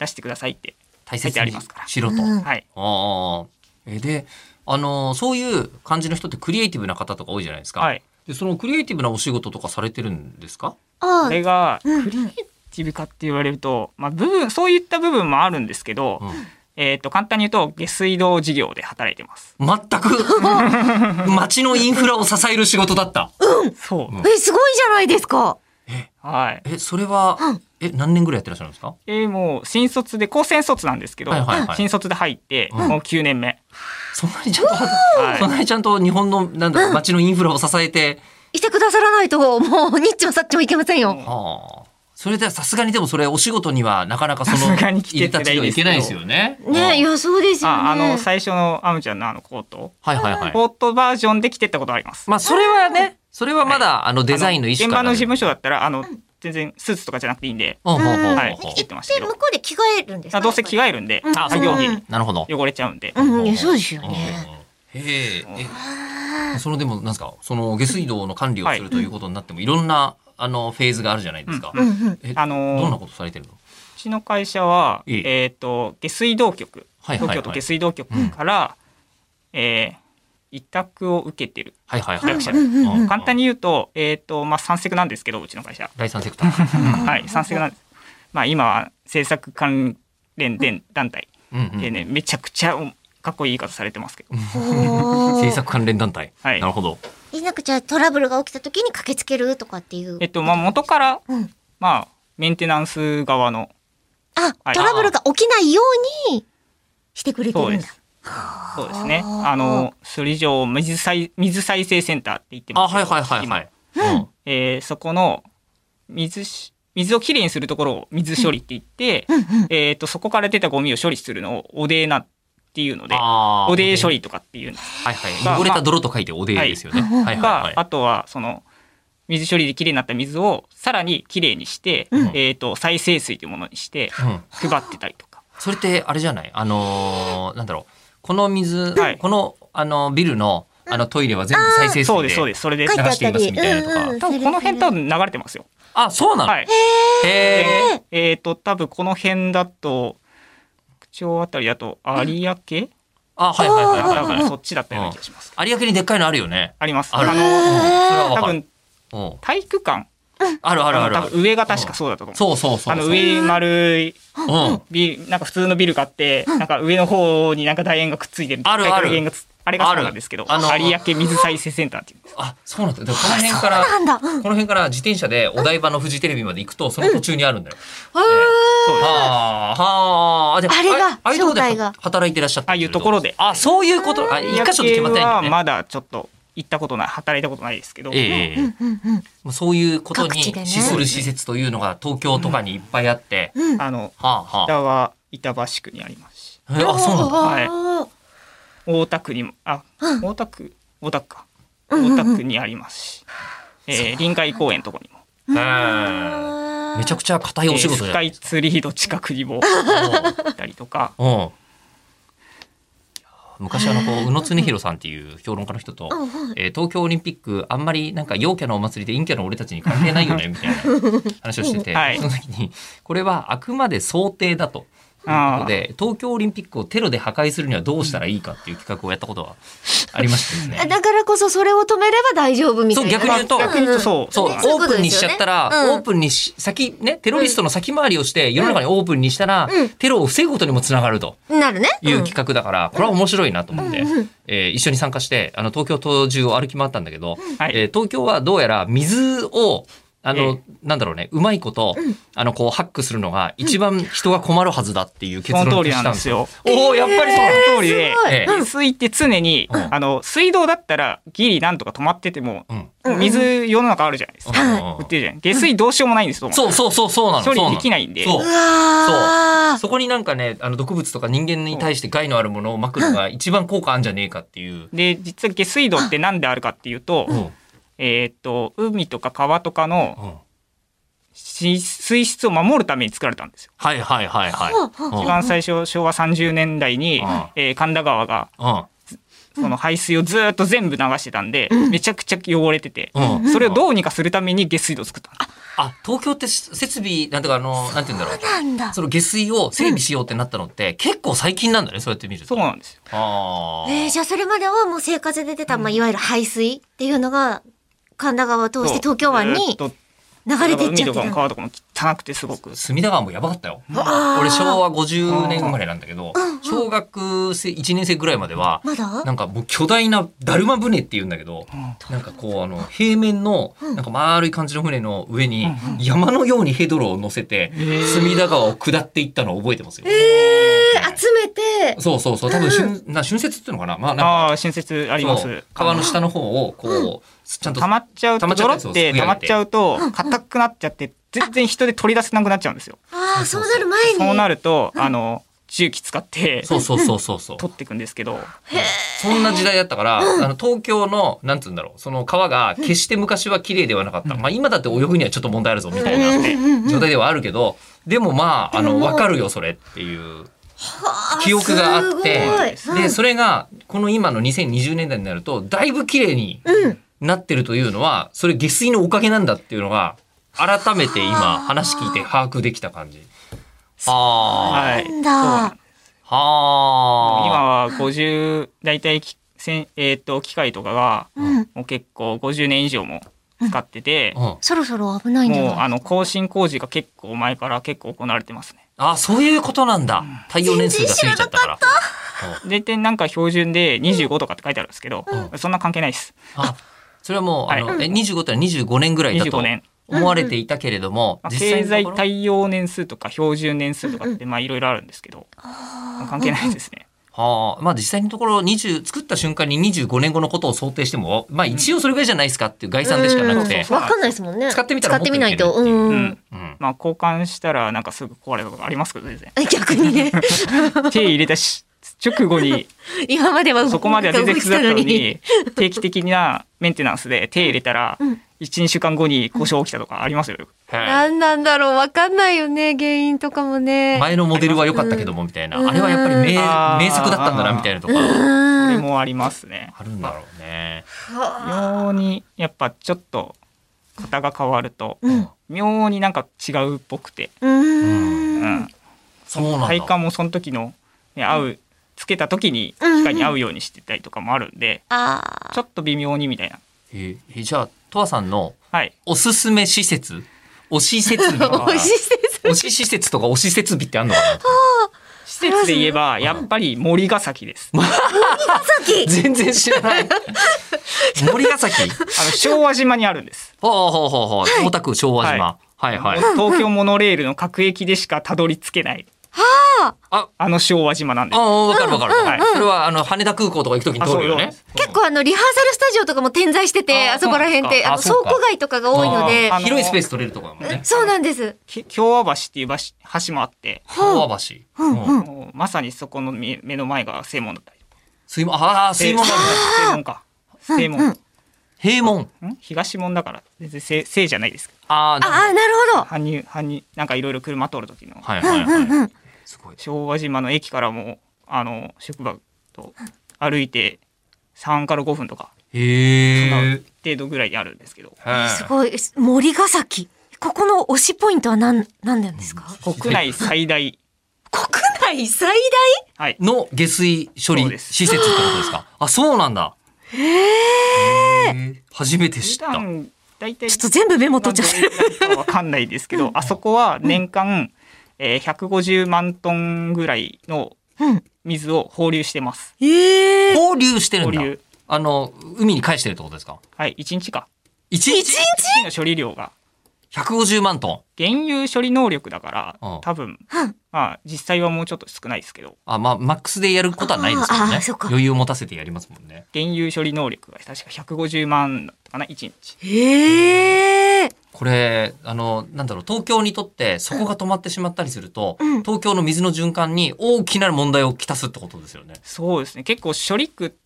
出してくださいって
大
書い
切
てあり
に
ますから
しろと。
うん
はい
ああ。えで、あのーそういう感じの人ってクリエイティブな方とか多いじゃないですか。
はい
でそのクリエイティブなお仕事とかされてるんですか
あ
これが
うんうん
クリエイティブかって言われると、まあ、部分そういった部分もあるんですけど、
うん
えっと簡単に言うと下水道事業で働いてます。
全 く街のインフラを支える仕事だった。
そううん
え、すごいじゃないですか。
はい。
え、それは
うん、
え、何年ぐらいやってらっしゃるんですか
えーもう新卒で高専卒なんですけど、
はいはいはい
新卒で入って、
うん
もう9年目。
そんなにちゃんと、そん
は
なにちゃんと日本の、なんだろう、街のインフラを支えて、
いてくださらないと、もう、ニッチもサッチもいけませんよ。
い。
はあ。それではさすがにでもそれお仕事にはなかなかそ
さ
の
すがに来て
入れたちではいけないですよね。うん
ね、いや、そうですよね。
ああの最初のアムちゃんのあのコート、
はいはいはい。
コートバージョンで着てったことあります。
まあそれはね、それはまだあのデザインの意識
現場の事務所だったらあの全然スーツとかじゃなくていいんで、
ほうほうほうほう
はい
ほう
着てました
で、
けど
向こうで着替えるんです
あ
か
どうせ着替
え
えるんで、
うん
作業着
うん
なるほど。
汚れちゃうんで。
うん、いやそうですよね。
うん。へええ。そのでもなんですか、その下水道の管理をするということになっても、いろんなあのフェーズがあるじゃないですか。
うんうん。
え
あ
どんな
の
ことされてるの？
うちの会社は、
いい
えっ、と下水道局、
はいはいはい
東京都下水道局から、えー委託を受けてる。
はいはいはい。
役者
うんうんうん
うん
簡単に言うと、えっ、とまあ三セクなんですけど、うちの会社。
第三セクター。
はい、三セクなんです。まあ今は政策関連で団体
うんうん
でね、めちゃくちゃかっこいい言い方されてますけど、
お
政
ー
策関連団体。
はい
なるほど。
いなくちゃトラブルが起きた時に駆けつけるとかっていう。
えっとまあ元から、
うん
まあメンテナンス側の
あ、
はい
トラブルが起きないようにしてくれて
そう
るん
で
だ。
す。そうですね。
あー
あの処理場水再水再生センターって言って
あ
ますけ
は
ど。
いはいはいは
今
い。うん
えーそこの水し水をきれいにするところを水処理って言って、
うんうん。
えっ、とそこから出たゴミを処理するのをおでえなっていうので、
あー
おでえ処。理とかっていうんです
はいは
ま
い。
あ
汚れた泥と書いておでえですよね。
はい
はい
が、
はいは
あとはその水処理できれいになった水をさらにきれいにして、
うん
えっ、と再生水というものにし
い。
て
うん。
配ってたりとか。
それってあれじゃないあのーなんだろうこの水、
はい
このあのビルのあのトイレは全部再生水で、
そうですそうですそれで
書いてあ
流
っ
して
た
います
り。
みたいなとか
うんうん
多分この辺多。分流れてますよ。
あそうなの、
はい。
へー
でえっ、と多分この辺だと区長あたりだと有明、
あはいはいはい
あ
はい
多
はい
分そっちだったような気がします。
有明にでっかいのあるよね
あります。
ある
あ
うん
の
それはわ
多
かる
分
うん
体育館
あるあるあるあ
の多
る
分上が確かそうだったと思う。
そうそうそう
あの上に丸い
うん
ビルなんか普通のビルがあって、なんか上の方になんか楕円がくっついてる。
あるある
楕円がつあれがそうなんですけど、
あるあの
有明水再生センターっていうんです。
あそうなんだでもこの辺から
なんだ。うん。
この
へ
辺から自転車でお台場のフジテレビまで行くとその途中にあるんだよ、は
ー
そうです。
あはあじゃ
あれが
ああいうとこで
正体が
働いてらっしゃった
ああいうところで
あそういうことあ一箇所で決まってない
は
んだね、
まだちょっと行ったことない、働いたことないですけど、
ええええ
うんうんうん。
まあそういうことに
各地でね
資する施設というのが東京とかにいっぱいあって、
うん。
あの
はあはあ
北は板橋区にありますし、
えあそうなんだ
だ。
大田区にもあ、
うん
大田区大田区か
うんうんうん
大田区にありますし、えー臨海公園のとこにも、
へえめちゃくちゃ硬い
え
お仕
ー
事じ
ス
ゃ
カ
ない
イ
ですか、
ツリーの近くにも行ったりとか
うんうんいや昔あのこう宇野恒弘さんっていう評論家の人と、えー東京オリンピックあんまりなんか陽キャのお祭りで陰キャの俺たちに関係ないよねみたいな話をしてて、
はい
その時にこれはあくまで想定だと。ということで東京オリンピックをテロで破壊するにはどうしたらいいかっていう企画をやったことはありましたですね。
だからこそそれを止めれば大丈夫みたいな。
そう逆に言うと
逆に言うとそ う
そう、オ
ねそういうこ
ー
とですよね
プンにしちゃったら、
うん
オープンにし、先、ね、テロリストの先回りをして、世の中にオープンにしたら、
うん
テロを防ぐことにもつながると
なるね。
いう企画だから、これは面白いなと思って、
うん
えー一緒に参加して、あの、東京都中を歩き回ったんだけど、
はい
えー東京はどうやら水を、あの、
え
なんだろうね、うまいこと、あの、こう、ハックするのが、一番人が困るはずだっていう結
その
論を
通
出
りな
し
ん
たん
で
です
す
よ。
よ。
おおやっぱりそう
その通りで、
い
えー
うん
水って常に、
うん
あの水道だったらギリなんとか止まってても、
うん
水世の中あるじゃないですか、
うん
売ってるじゃない下水どうしようもないんですよ、
そうそうそうそうなの。
処理
そうの
できないんで
そう
う。わー
そこになんかね、あの毒物とか人間に対して害のあるものをまくのが一番効果あんじゃねえかっていう。
で実は下水道って何であるかっていうと、
うん。
えーっと海とか川とかの
うん
し水質を守るために作られたんですよ。
はいはいはいはい。
うん
うん
一番最初昭和30年代に
うん、
えー神田川が
う
その排水をずーっと全部流してたんで、めちゃくちゃ汚れてて、
ん。うん。
それをどうにかするために下水道を作ったんです
あ、東京って設備、なんていうかあの、なんていうんだろう。
なんだ。
その下水を整備しようってなったのって、結構最近なんだね、そうやって見ると。
そうなんですよ。
ああ。
えー、じゃあそれまではもう生活で出た、まあ、いわゆる排水っていうのが神田川を通して東京湾
ずーっ
に
と
流れていっちゃ
海
って
とか
た
も
の。
川とかも汚くてすごく。
隅田川もやばかったよ。
あー
俺昭和50年生まれなんだけど、小学生1年生ぐらいまでは、
まだ
なんかもう巨大なだるま船って言うんだけど、なんかこうあの平面の
うん
なんか丸い感じの船の上に
うん
山のようにヘドロを乗せて
ー
隅田川を下っていったのを覚えてますよ。
えー、集めて、
そうそうそう多分春な春節っていうのかなまあなんか
ああ、新設ありま
そう
す。
川の下の方をこうちゃんと
溜まっちゃう
溜
と、
まっちゃう
泥
や
っ
つを
て溜まっちゃうと、硬くなっちゃって、全然人で取り出せなくなっちゃうんですよ。
ああ、
そ
そうう
そう
な
そ
る前に。
そうなると、あの、重機使って、
そうそうそうそうそう。
取っていくんですけど、
そんな時代だったから、あの東京の、なんつうんだろう、その川が決して昔は綺麗ではなかった。まあ今だって泳ぐにはちょっと問題あるぞみたい
うんうんうんう
なん状態ではあるけど、でもまあ、あ
で
の、
ももう
わかるよ、それっていう
あー
記憶があって、
すごい
で、それが、この今の2020年代になると、だいぶ綺麗に
うん、
なってるというのは、それ下水のおかげなんだっていうのが、改めて今
はあ
話聞いて把握できた感じ。はあ。
はい。
なんだ
そう今
はあ。
は50、大体き、せんえーっと、機械とかが、
うん、
もう結構50年以上も使ってて、
うん
そろそろ危ないんじゃ
もう、
な
あ
い
の、更新工事が結構前から結構行われてますね。
あ、そういうことなんだ。太陽年数が過ぎちゃったから。
大体なんか標準で25とかって書いてあるんですけど、そんな関係ないです。
うんあ、それはもう、あの、
はい
え、25ってのは25年ぐらいだと
25年
思われていたけれども、
まあ、
実際の
経
と
済
ころ
対応年数とか標準年数とかってまあいろいろあるんですけど、関係ないですね。
はあ、まあ実際のところ20、作った瞬間に25年後のことを想定しても、まあ一応それぐらいじゃないですかっていう概算でしかなく
うん
て
そ。
わかんないですもんね。
使ってみたらもっといける
使ってみないと。う
うん
ん。
うん。
まあ交換したらなんかすぐ壊れるとかありますけど全然
逆にね、
手入れたし直後に
今までは動
そこまでは全然普通だったの
動いて
に定期的なメンテナンスで手入れたら
うん
12週間後に故障起きたとかありますよ。
たのに
は
何なんだろう、わかんないよね、原因とかも
い
ね。
前のモデルは良かったけども、みたいな。
うん
あれはやっぱり名
あー
名作だったんだな、みたいなところ
う
あ
これ
ん。
もありますね。
るんだろうね。
妙にやっぱちょっと型が変わると
うん
妙になんか違うっぽくて、
う
うん
ん。
そうなんだ。
配管もその時の、ね、合うつけた時に機械に合うようにしてたりとかもあるんで、
あ
ちょっと微妙にみたいな
ええじゃあ、とわさんの
はい
おすすめ施設、推し設備と
あ。
か
おいしいです。
推し施設とか推し設備ってあんのかな
施設で言えばやっぱり森ヶ崎です、あ
全然知らない。森ヶ崎。
の昭和島にあるんです、
ほうほうほうほう。大田区昭和島。はいはい。
もう東京モノレールの各駅でしかたどり着けない
あ、
あの昭和島なんで
あ
す
あ、わかるわかる。
うんうんうん
それはあの羽田空港とか行くときに
あ
通
そう
るよね。
結構あの、リハーサルスタジオとかも点在してて、
あー
あそこら辺っ
そう
て、
か
あの、
あそ
倉
うか
庫街とかが多いので
あー、あの
広いスペース取れるとかもね。
そうなんです。
き京和橋っていう橋橋もあって、
昭和橋。うん
もうまさにそこの目目の前が正門だったり
水門、ああ、水門
正
なんだ。
正門か正門、
平門。
ん東門だから全然正正じゃないですけど
ああ、
ああー、なるほど。
搬入搬入なんかいろいろ車通る時の、
はいはいはい。すごい。
昭和島の駅からもあの職場と歩いて3から5分とかそんな
へえ。
程度ぐらいにあるんですけど
すごい森ヶ崎ここの推しポイントは何何なんですか
国内最大
国内最
はい
の下水処
そう
理
です
施設ってことですか。あ、そうなんだ。へえ。初めて知っ
普
た。
段大体
大ちょっと全部メモ取っちゃってる
わかんないですけどあそこは年間、えー、150万トンぐらいの
うん
水を放流してます。
ええ
放流してるんだ
放流。
あの、海に返してるってことですか
はい、1日か。
一日
1日の処理量が
?150 万トン。
原油処理能力だから、
うん
多分、まあ実際はもうちょっと少ないですけど
あ、まあ、マックスでやることはないですもん
あ
ね
ーそっ。か
余裕を持たせてやりますもんね。
原油処理能力が確か150万だったかな1日。
ええ
これ、あの、なんだろう、東京にとって、そこが止まってしまったりすると、
うん
東京の水の循環に大きな問題をきたすってことですよね。
そうですね結構処理区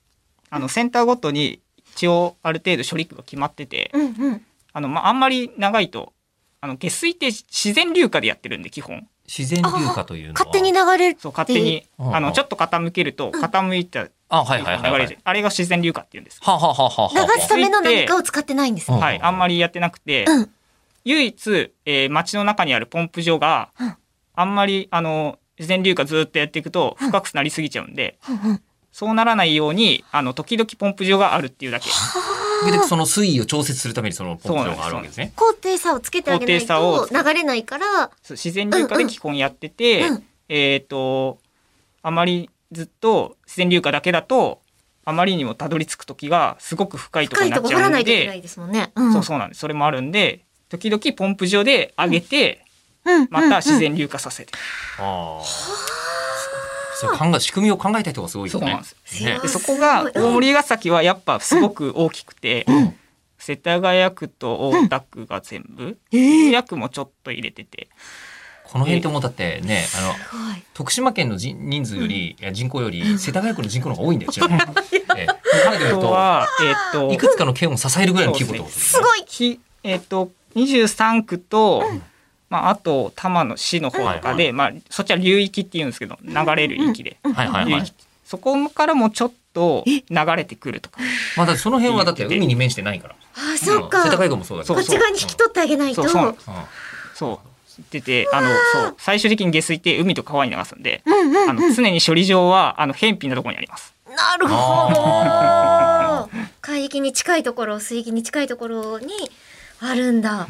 あのセンターごとに一応ある程度処理区が決まってて、
うんうん
あのまあ、あんまり長いとあの下水って自然流下でやってるんで基本
自然流下というのは。
勝手に流れる
そう勝手に、
えーう
あ
んう
の
ん
ちょっと傾けると傾いた
あ、は
流
い
れ
はい
て、
はい、はい。
あれが自然流下っていうんです、
はあはあはあはあはあ
流すための何かを使ってないんですね
うん
はい、あんまりやってなくて、
うん
唯一、えー町の中にあるポンプ場が、
うん
あんまりあの自然流下ずっとやっていくと深くなりすぎちゃうんで、
うんうん
そうならないようにあの時々ポンプ場があるっていうだけ。
でその水位を調節するためにそのポンプ場があるわけですね。
高低差をつけてあげない
高
と
低差を
流れないから、
そう自然流下で基本やってて、
うんうん
えっ、とあまりずっと自然流下だけだとあまりにもたどり着く時がすごく深いとこ
深
ろに
い
な
と
っ
こ
ち
掘ら
ゃう
なんいといけな
で
いですもんね。うん、
そうそうなんですそれもあるんで時々ポンプ上で上げて、
うん
また自然流下させて、
ああ。そう考え仕組みを考えた人がすごいよ
そうな
ね
んです。
ね
あ
でそこが
すごいうん
大森ヶ崎はやっぱすごく大きくて、
ん
世田谷区と大田区が全部、
えー
渋谷区もちょっと入れてて
この辺ってもうだってね、あの
すごい。
徳島県の人人数より、いや人口より世田谷区の人口の方が多いんだよ。ちなみにええ考えてみる
あと
と、
はえっ、と
いくつかの県を支えるぐらいの規模ってことです
す
ね。
ごい。
きえっ、と23区と、まあ、あと多摩の市の方とかで、まあ、そっちは流域っていうんですけど流れる域で、
はいはい
流
は
域
い。
そこからもちょっと流れてくるとか
まあだってその辺はだって海に面してないから。
あ、そっか。
世田
こ
谷区もそうだけど。
そ
っ
う
ち側に引き取ってあげないと。
そうそう
うん
そう出てあのそう最終的に下水って海と川に流すんで、
うんうん
あの常に処理場はあの偏僻なところにあります。
なる
あ
ほど。海域に近いところ、水域に近いところにあるんだ。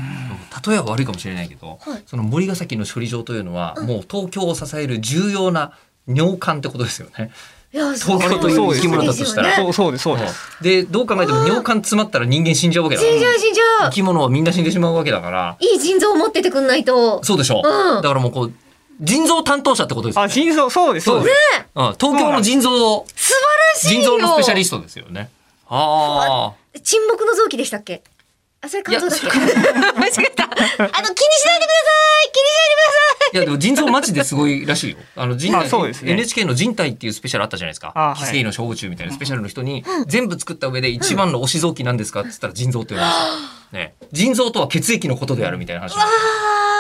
例えば悪いかもしれないけど、
はい
その森ヶ崎の処理場というのは、もう東京を支える重要な尿管ってことですよね。
いや、
東京と
いう
そう
生き物だと
したら
ですよ
そ
ね
うそうですそうです。
でどう考えても尿管詰まったら人間死んじゃうわけだか
死んじゃ
ら
う死んじ
生
ゃう。
き物はみんな死んでしまうわけだから
いい腎臓を持っててくんないと。
そうでしょ、
うん
だからもうこう腎臓担当者ってことですよ
あ
ね、
腎臓そうですそうです。
うん、東京の腎臓を
素晴らしい
腎
よ。
臓のスペシャリストですよねあ
沈黙の臓器でしたっけあ、それ肝臓だっけ
いや
間違 った。あの、気にしないでくださ
あ
い気にし
いやでも腎臓マジですごいらしいよあの人体
あそうですね
NHK の人体っていうスペシャルあったじゃないですか
あはい
寄生の小宇宙みたいなスペシャルの人に全部作った上で一番の推し臓器なんですかって言ったら腎臓って言われました、ね、腎臓とは血液のことであるみたいな話なんですよ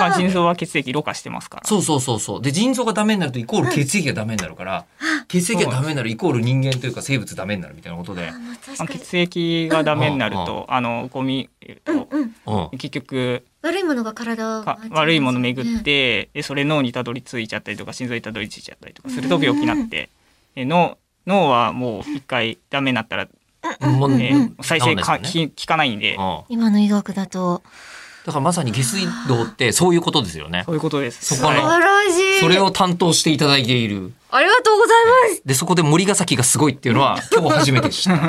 まあ腎臓は血液ろ過してますから。
そうそうそうそう。で、腎臓がダメになるとイコール血液がダメになるから、血液がダメになるイコール人間というか生物ダメになるみたいなことで。
ないでくださ
あ
い
の
確か
血液がダメになる
うん
とあのゴミえっと
に。うん。
うん。
結局
悪いものが体を
か悪いもの巡って、でそれ脳にたどり着いちゃったりとか心臓にたどり着いちゃったりとかすると病気になって、え脳脳はもう一回ダメになったら、
もう
え
ね
ー再生
治んな
か、
いですよね
き効かないんで、
うん
今の医学だと
だからまさに下水道ってそういうことですよね
そ。ういうことです。
そこの
はい
らしい
それを担当していただいている。
ありがとうございます
で、そこで森ヶ崎がすごいっていうのは今日初めて知 った。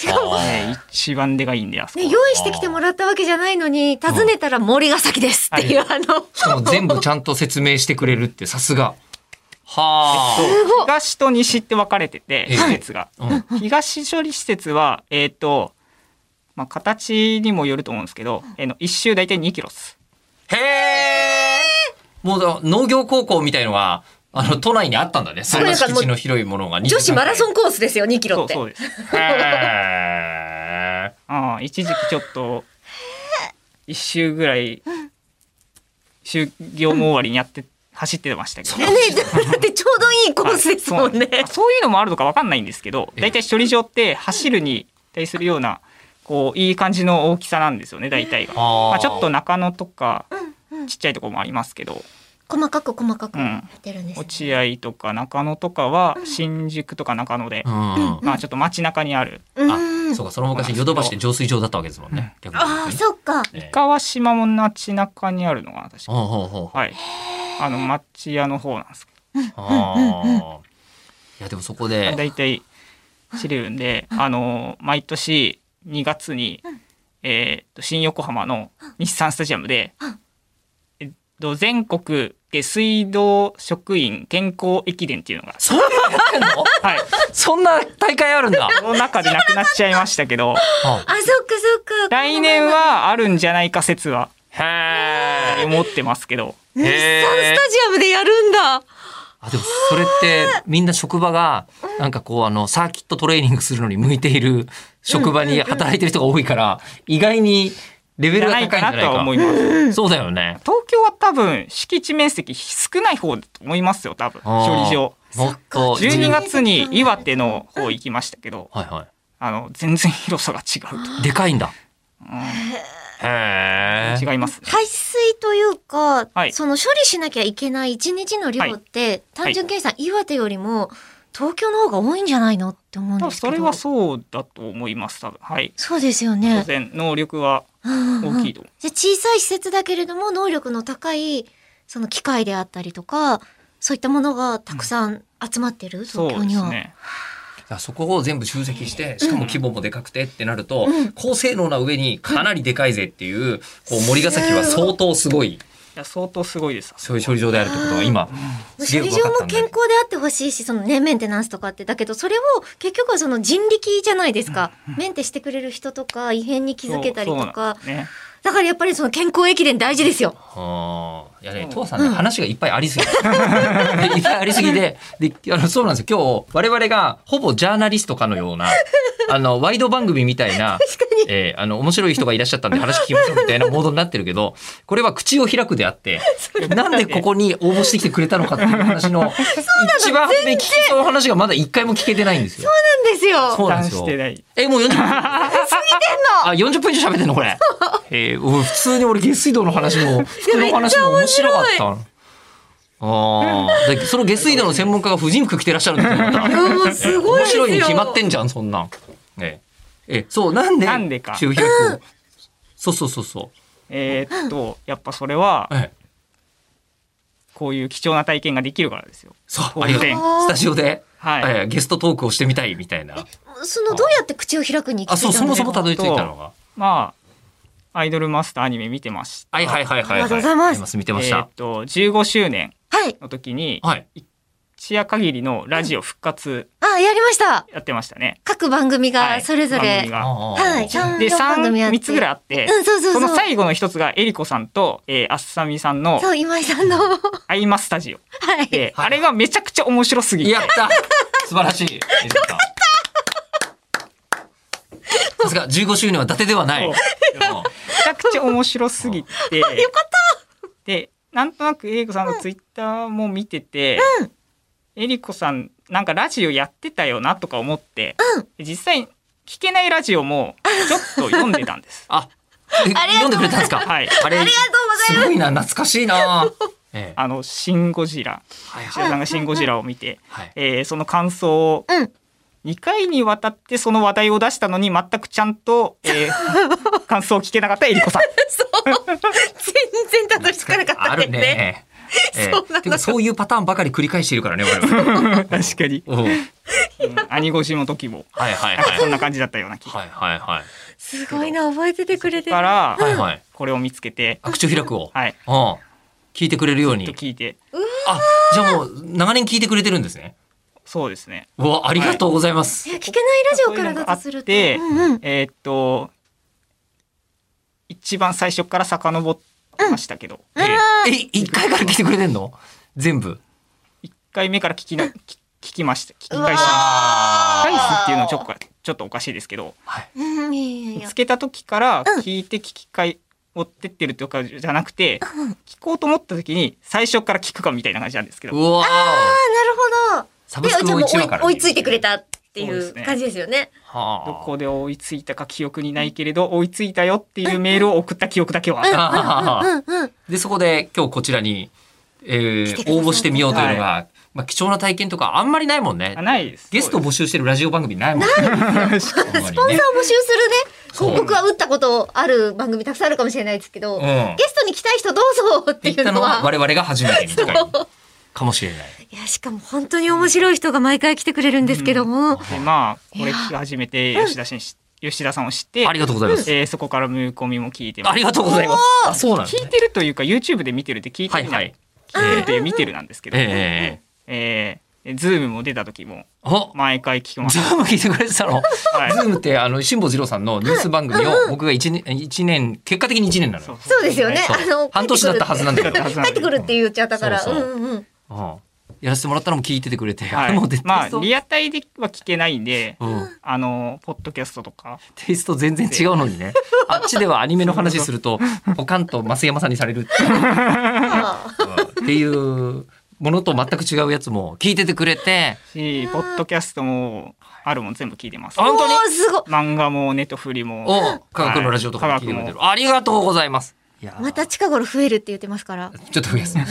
しかも
あ
えー一番でかいんであそこ
ね
は。
用意してきてもらったわけじゃないのに訪ねたら森ヶ崎ですっていうあの
しかも全部ちゃんと説明してくれるってさすが。は
そう
すごい
東と西って分かれてて
ええ
施設が、
あ。うん。
東処理施設はえっ、とまあ形にもよると思うんですけど、えーの一周大体2キロです。
へえ。もうだ農業高校みたいのは、あの、都内にあったんだね。そんな敷地の広いものが。
女子マラソ
ン。
ンコースですよ2キロ
そ
っ
う
て
そうです。
へー
ああ一時期ちょっと一周ぐらい就業も終わりにやって走ってましたけど、
ねだってちょうどいいコースですもんね
はいそうなんですあそういうのもあるのかわかんないんですけど
ええ
大体処理場って走るに対するようなこういい感じの大きさなんですよね大体 が、
あー
まあ、ちょっと中野とか
うん
ちっちゃいとこもありますけど
細かく細かく
うん
やってるんですね
落合とか中野とかは新宿とか中野で
う、ん。
まあちょっと街中にある
うー
あ、
ん
そうか、その昔、ヨドバシって浄水場だったわけですもんね。逆に言うとね。
あーそっか
ええ
川島も街中にあるのかな確か
ほうほうほう
はいあの町屋の方なんですけど
あーいや、でもそこで、
大体知れるんで、あの毎年2月に、えーっと新横浜の日産スタジアムで、えっと、全国下水道職員健康駅伝っていうのが、
そんなやってんの
はい、
そんな大会あるんだ。
コロナ禍でなくなっちゃいましたけど
あ
あそっかそっか
来年はあるんじゃないか説は
へ
思ってますけど
え。
日産スタジアムでやるんだ
あ、でもそれって、みんな職場が、なんかこう、あの、サーキットトレーニングするのに向いている職場に働いてる人が多いから、意外にレベ
じ
ルが高
ゃな
い
い
んじ
か
ゃ
な
な
とは思い
い
ます。
か。そうだよね。
東京は多分敷地面積少ない方だと思いますよ多分
あー
処理場。
もっと、
12月に岩手の方行きましたけど、
はいはい。
あの全然広さが違うと
でかいんだ。へえ。
違いますね。
排水というか、
はい
その処理しなきゃいけない一日の量って、単純計算、岩手よりも東京の方が多いんじゃないのって思うん
多
で
分
すけ
そ
ど
れはそうだと思います多分はい
そうですよ
当
ね
然能力は大
大
きいと思う
じゃあ小さい施設だけれども能力の高いその機械であったりとかそういったものがたくさん集まってる、
そう
東京に
です
は。
ね
らそこを全部集積してしかも規模もでかくてってなると、
うん
高性能な上にかなりでかいぜっていうこう森ヶ崎は相当すごい
いや相当すごいです
そういう処理場であるってことが今
処
すげえ
理
分か
場
った
も
ん
健
で
康であってほしいしそのねメンテナンスとかってだけどそれを結局はその人力じゃないですか、メンテしてくれる人とか異変に気づけたりと
そうなん
か
ですね
だからやっぱりその健康駅伝大事ですよ。
あーいやね
う、ん
父さんね、話がいっぱいありす ぎて。いっぱいありすぎで、で、あの、そうなんですよ。今日、我々が、ほぼジャーナリストかのよう な、あの、ワイド番組みたいな、えーあの、面白い人がいらっしゃったんで話聞きましょうみたいなモードになってるけど、これは口を開くであって、なんでここに応募してきてくれたのかっていう話 の、一番初めに聞きそうな話がまだ一回も聞けてないんですよ。
なんですよ
そうなんで
断
すよ
し。てない
え、もう40分。 過ぎてんのあ、40分以上喋ってんのこ れ。えー、俺普通に俺下水道の話も、服の話も面白かったの。ああ。で、その下水道の専門家が婦人服着てらっしゃるんですよ、また。
うんもうすご い
面
です
白
よ。
いに決まってんじゃん、そんなん。ええ、えそう、なんで、
なんでか
周平をそうそうそうそう。
えーっとやっぱそれは
ええ、
こういう貴重な体験ができるからですよ
そう、
当
ありがとう。
然
スタジオで、
はい
ええゲストトークをしてみたいみたいな。
そのどうやって口を開くに行
あ、
き着
そ、
いうた
そ
んで
も
す
そも
か
たどり着いたのが。
まあアイドルマスターアニメ見てました
はいはいはいはい、はい。
ありがとうございます
見てまし
えー
た
っ。と15周年
はい。
の時に
はい。
一夜限りのラジオ復活
あ、やりました。
やってましたね、
各番組
は
が
い
それぞ
番組
れ。
が
あー
はい。三
で
四番組やって
3つぐらいあっ
う
て、
ん、そうそうそう。
その最後の一つがえりこさんと、えー、あっさみさんの
そう、今井さんの。は
「アイマスタジオ
い」。
で、
はい
あれがめちゃくちゃ面白すぎて
やった素晴らしい。よかったさすが15周年は伊達ではない。
そう
うん
めちゃくちゃ面白すぎて よかったでなんとなくえりこさんのツイッターも見てて、えりこさんなんかラジオやってたよなとか思って、で実際聞けないラジオもちょっと読んでたんで す。
あ、え
あり
読
が
ん
とう
でくれたんですか
はい
あれ、すごいな、懐かしいな。ええ
あの「シン・ゴジラ」
はい
石
はい
田さんが「シン・ゴジラ」を見て、
はい。
えーその感想を
うん。
2回にわたってその話題を出したのに全くちゃんと、え ー感想を聞けなかったえりこさん。
全然たどり着かなかった
あ
んで
る
すね。
ね。ええ
そうなの
てかそういうパターンばかり繰り返しているからね、我 々。
確かに。
うんはい
うん兄越しの時も
はいはい。
そんな感じだったような気が。
はいはいはい。
すごいな、覚えててくれてる。
か、ら、
はいはい。
これを見つけて、
あ口を開くを。
はい。
うん聞いてくれるよう
と
に。
聞いて、
あ、じゃあもう長年聞いてくれてるんですね。
そうですね。
うわ、ありがとうございます。
え聞けないラジオからだとすると。
そういう
う
の
んうん。
えーっと、一番最初から遡ってましたけど、
ええ、一回から聞いてくれてんの全部。
一回目から聞きな、聞聞きました。聞き
うわー
返しました。
は
返すっていうのはちょっとちょっとおかしいですけど、
い。
うん、いやいやいや
見つ。けた時から
うん
聞いて聞き返追ってってるとかじゃなくて、聞こうと思った時に最初から聞くかみたいな感じなんですけ
う
ど、
わ
あ、なる
サ
ほ
ブ
ど。
スク
で、じゃ
を
あもう
一話から
追い追いついてくれたってい
そうで
う
すね
感じですよね。
はあ。
どこで追いついたか記憶にないけれど、追いついたよっていうメールを送った記憶だけはある。
あ
う
あ
んうん。
で、そこで今日こちらに、え
来てくだ
ー、
さい
応募してみようというのが、まあ貴重な体験とかあんまりないもんね
あ。ないです。
ゲストを募集してるラジオ番組ないもんね。
スポンサーを募集するね。
そう
広告は打ったことある番組たくさんあるかもしれないですけど、
ん
ゲストに来たい人どうぞって
言
い
っ
う
たの
の
は
は。
我々が初めてみたいな。かもしれない。
いや、しかも本当に面白い人が毎回来てくれるんですけども。
でまあこれ聞き始めて吉田しんし吉田さんを知って
ありがとうございます。
えーそこからムーコミも聞いてま
あ
す
りがとうございます。あ、そうなんです
聞い
ね。
てるというか YouTube で見てるって聞いて
は
る
い
な、
はい。
聞いてるという見てるなんですけど、
ええええええ
えーズームも出た時も
あ、
毎回聞きま
ズ
す、
ーム聞いてくれてたの。
はい
ズームってあの辛坊治郎さんのニュース番組を僕が一年一年結果的に一年なのよ。
そうですよね。
そう
あ の、
半年だったはずなんだけど。
はず
帰ってくるって言っちゃったから。
そううそうんう
うん。
んやらせてもらったのも聞いててくれて、
は
あれもう
い
絶、
ま
対そ
あ
う
リアタイでは聞けないんで、
うん、
あのポッドキャストとか
テイスト全然違うの にねあっちではアニメの話するとポカンと増山さんにされるっていう
あ
っていうものと全く違うやつも聞いててくれて
しポッドキャストもあるもん全部聞いてます
あ本当に
おーすごい。
漫画もネトフリも
お科学のラジオとかも聞いてくれてる、ありがとうございますいやー
また近頃増えるって言ってますから。
ちょっと増やす終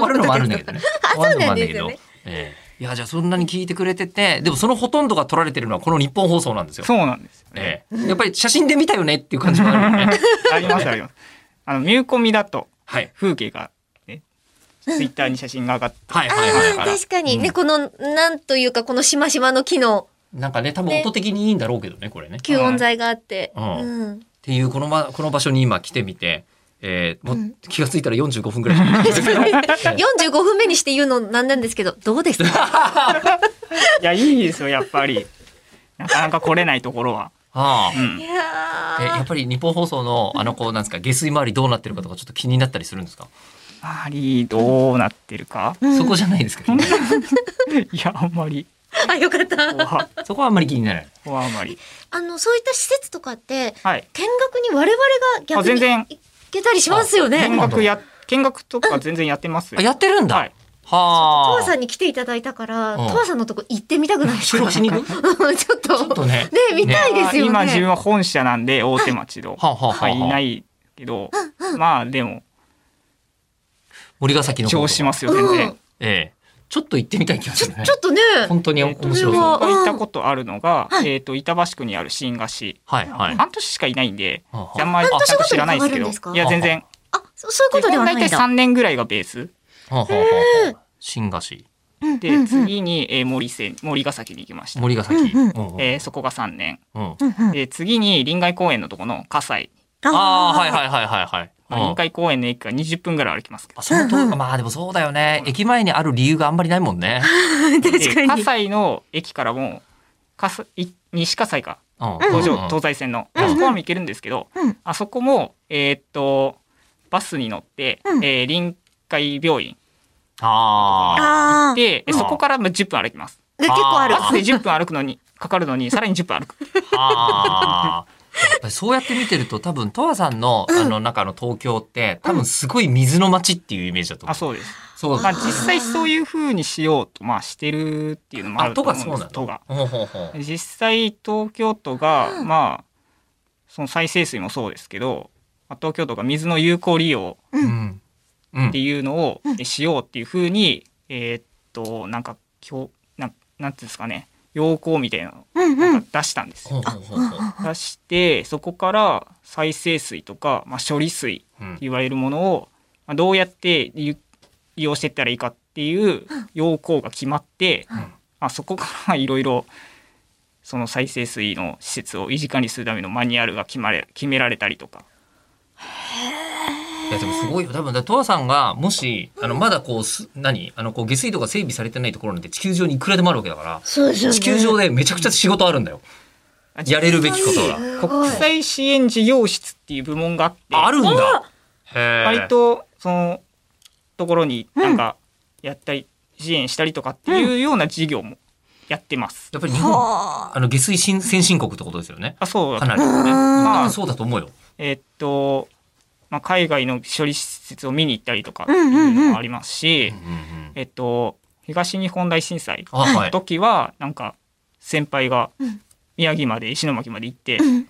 わるのもあるんだけどね終わるのもあるんだけど
そうなんですよね
ええいや、じゃあそんなに聞いてくれてて、でもそのほとんどが撮られてるのはこの日本放送なんですよ。
そうなんですよね。
ええやっぱり写真で見たよねっていう感じもあるよね。
ありますあります。あの、ミューコミだと
はい。
風景が、ね、ツイッターに写真が上がって、
はいはいはい
あ
は
あ、
い。
確かに。
うん
ね、この、なんというか、このしましまの木の
なんかね、多分音的にいいんだろうけどね、これね。っ
吸音材があって。
う
うんん。
ていう、このま、この場所に今来てみて、えーもう
うん
気がついたら45分ぐらい経ってますけど。
45分目にして言うのなんなんですけど、どうですか
いや、いいですよ、やっぱり。なかなか来れないところは。
ああ
う。
い
ん。
や
えやっ
ー
ぱり日本放送のあのこうなんですか下水回りどうなってるかとかちょっと気になったりするんですか、
周り、どうなってるか。
うん
そこじゃないですけど、ね、
いや、あんまり。
あ、よかっ
ここ
た。
は、
そこはあんまり気にならない
ここはあんまり。
あの、そういった施設とかって、
はい。
見学に我々が
あ
逆
全
に
然、
行けたりしますよ
あ
ね
見
見。
学
学や、見学とか全然やってますよ
あやってるんだ、
はい。
ト
は
ワ
あ
さんに来ていただいたから、
う
ト
ん
ワさんのとこ行ってみたくないです
収
か
録しに行く
ちょっと。
ちょっとね
ね、見たいですよね。
まあ今自分は本社なんで大手町の、
はあはあはあ
まあいないけど、まあでも
森ヶ崎のこと
調子しますよ全
う
然。
ん。
ええちょっと行ってみたい気がするね
ちょっとね、
本当に面白そう
これは
僕が行ったことあるのが、
はい
えっ、と板橋区にある新菓子、
はいはい
半年しかいないんで、
はあ
あんまり
半年
ちゃんと知らないです
ごとに変わる
け
ん
ど、
ですか
いや全然。
あ、そそういうこ
基
とで
本
はない
大
んだ。
体3年ぐらいがベース
はあはあはあ新河岸
で、
うんうん
次に、えー森瀬森ヶ崎に行きました。
森ヶ崎、
うんうん
うんうん
えーそこが3年。
うん
うんうん
で次に臨海公園のとこの葛西、
ああはい
い。
はいはいはいはい
まあ
うん
臨海公園の駅から20分ぐらい歩きますけど
あ。その通りまあでもそうだよね駅前にある理由があんまりないもんね、
で
確かに。
葛西の駅からも葛西い西葛西か
うん、
東上
うんうん
東西線の、
うん
あそこはも行けるんですけど、
うん
あそこもえーっとバスに乗って、
うん
えー臨海病院
ああ
ああ。で、
で、え
うん
そこからまあ10分歩きます
結構ある。
あ
バスで10分歩くのにかかるのにさらに10分歩く
ああ。やっぱりそうやって見てると多分、とわさんの、あの、中の東京って、多分すごい水の街っていうイメージだと思
あ
う。
そうです、
そう
まあ、実際そういう風にしようとまあしてるっていうのもあ
あ、
ると
と
思う
か
んです
そうなんだ。
都が
ほうほうほう
実際東京都がまあその再生水もそうですけどまあ東京都が水の有効利用
う。
うん
うん
って。いうのをえしようっていうふうに、えーっとなんか今日なんなんていうんですかね要項みたいなの
うんう
を
ん。
出したんです
ほ
よ。
うほうほうほう
出してそこから再生水とか、まあ、処理水って
うん
言われるものを、まあ、どうやって利利用していったらいいかっていう要項が決まって、
ん
まあ、そこからいろいろその再生水の施設を維持管理するためのマニュアルが決まれ決められたりとか。
いや、でもすごいよ。多分、とわさんが、もし、あの、まだこう、す何あの、こう、下水道が整備されてないところなんて地球上にいくらでもあるわけだから、
そうですよね。
地球上でめちゃくちゃ仕事あるんだよ。やれるべきことが。
すご
国
い。
際支援事業室っていう部門があって
あるんだ。へえ。
割とそのところになんかやったり支援したりとかっていうような事業もやってます。
やっぱり日本、
は
あの、下水新先進国ってことですよね。
あそう
か
だ
なり。
ま
まあ、
あ
そうだと思うよ。
えっと、まあ、海外の処理施設を見に行ったりとかって
う
い
んうんうん
うのもありますし、
うんうん
えっと東日本大震災
あ、は
の
い。
時はなんか先輩が
うん
宮城まで石巻まで行ってっ
ん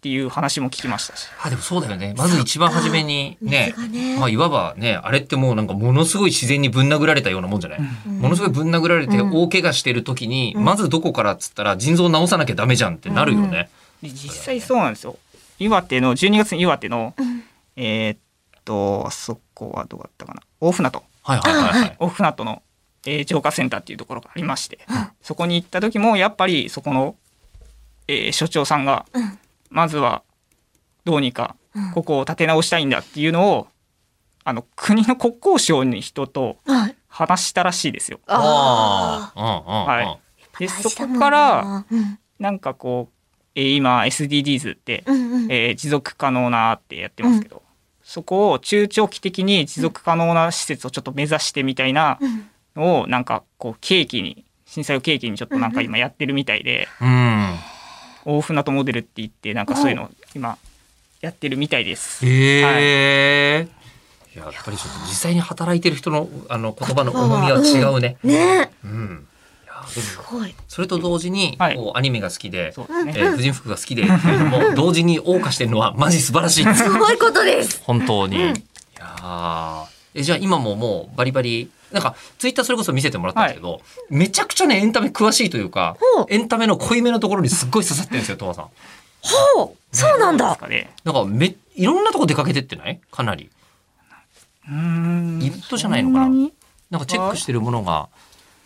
ていう話も聞きましたし。
あでもそうだよね。まず一番初めにね
水が、ね
まあいわばね、あれってもうなんかものすごい自然にぶん殴られたようなもんじゃない、
うん
ものすごいぶん殴られて
うん
大怪我してる時に、
うん
まずどこからっつったら腎臓治さなきゃダメじゃんってなるよね。
で実際そうなんですよ岩手の12月に岩手の、
ん
えーっとあそこはどうだったかな大船渡
はいはいはいはい。
大船渡の、えー浄化センターっていうところがありまして、そこに行った時もやっぱりそこの、えー所長さんが、
うん
まずはどうにかここを立て直したいんだっていうのを、あの国の国交省に人と
はい。
話したらしいですよ。
あ
あ。うんうんうん。
はいでそこから、なんかこう、えー今 SDGs って
うんうん。
えー持続可能なってやってますけど、そこを中長期的に持続可能な施設をちょっと目指してみたいな
うん
のをなんかこう契機に震災を契機にちょっとなんか今やってるみたいで、
うん。
大船渡モデルって言ってなんかそういうのを今やってるみたいです。
へえ。いややっぱりちょっと実際に働いてる人のあの言葉の重みは違うね。
ね
うん。いやでも
すごい。
それと同時に、
はい
こうアニメが好きで、
そうです
え
ね、
ー婦人服が好 きでっていうのも同時に謳歌してるのはマジ素晴らしいです。
すごいことです。
本当に。
うん
いやーえじゃあ今ももうバリバリなんかツイッターそれこそ見せてもらったんですけど、めちゃくちゃねエンタメ詳しいというか
ほう
エンタメの濃いめのところにすっごい刺さってるんですよトマさん。
ほうそうなんだ
ですかね。
なんかめいろんなとこ出かけてってないかなり。
うーん。
イベントじゃないのかな
そんに
なんかチェックしてるものが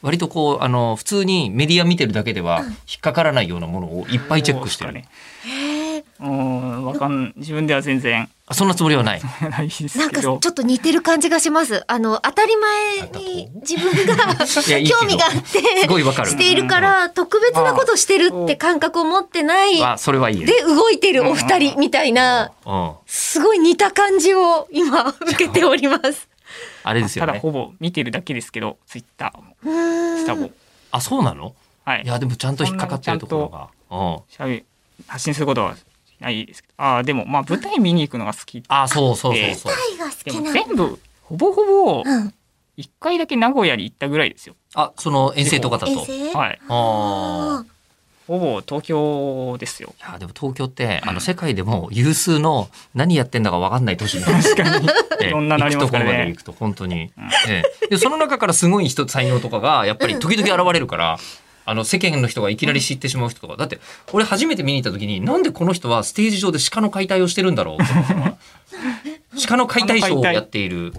割とこうあの普通にメディア見てるだけでは引っかからないようなものをいっぱいチェックしてる。
そうです
へえ
かね。うん、わかん、自分では全然
あそんなつもりはない。
ないです
なんか
け
ちょ
ど
っ。と似てる感じがします。あの、当たり前に自分が
いやいいけど
興味があ
す
っ
ごいわかる。
てしているから、特別なことしてるって感覚を持ってない
あそれはいいよ。
で動いてるお二人みたいな、
うん。
すごい似た感じを今受けております。
あれですよ
ただ
ね。
ほぼ見てるだけですけど、ツイッターも、
うーん
スタも。
あそうなの？
はい
い。やでもちゃんと引っかかってるところが。うん。
しゃべ発信することはないですけど。ああ、でも、まあ、舞台見に行くのが好き。
あそうそうそうそう。
愛が好
で
き
も、
な
全部、ほぼほぼ、
うん
一回だけ名古屋に行ったぐらいですよ。
あその遠征とかだと。
遠征
はい。
ああ。
ほぼ東京ですよ。
いやでも東京ってあの世界でも有数の何やってんだかわかんない都市みたいな。確かに。
いろんなのありますからね
行くところまで行くと本当に。ええでその中からすごい人才能とかがやっぱり時々現れるから。あの世間の人がいきなり知ってしまう人とかだって俺初めて見に行った時になんでこの人はステージ上で鹿の解体をしてるんだろうと思ったの は鹿の解体ショーをやっている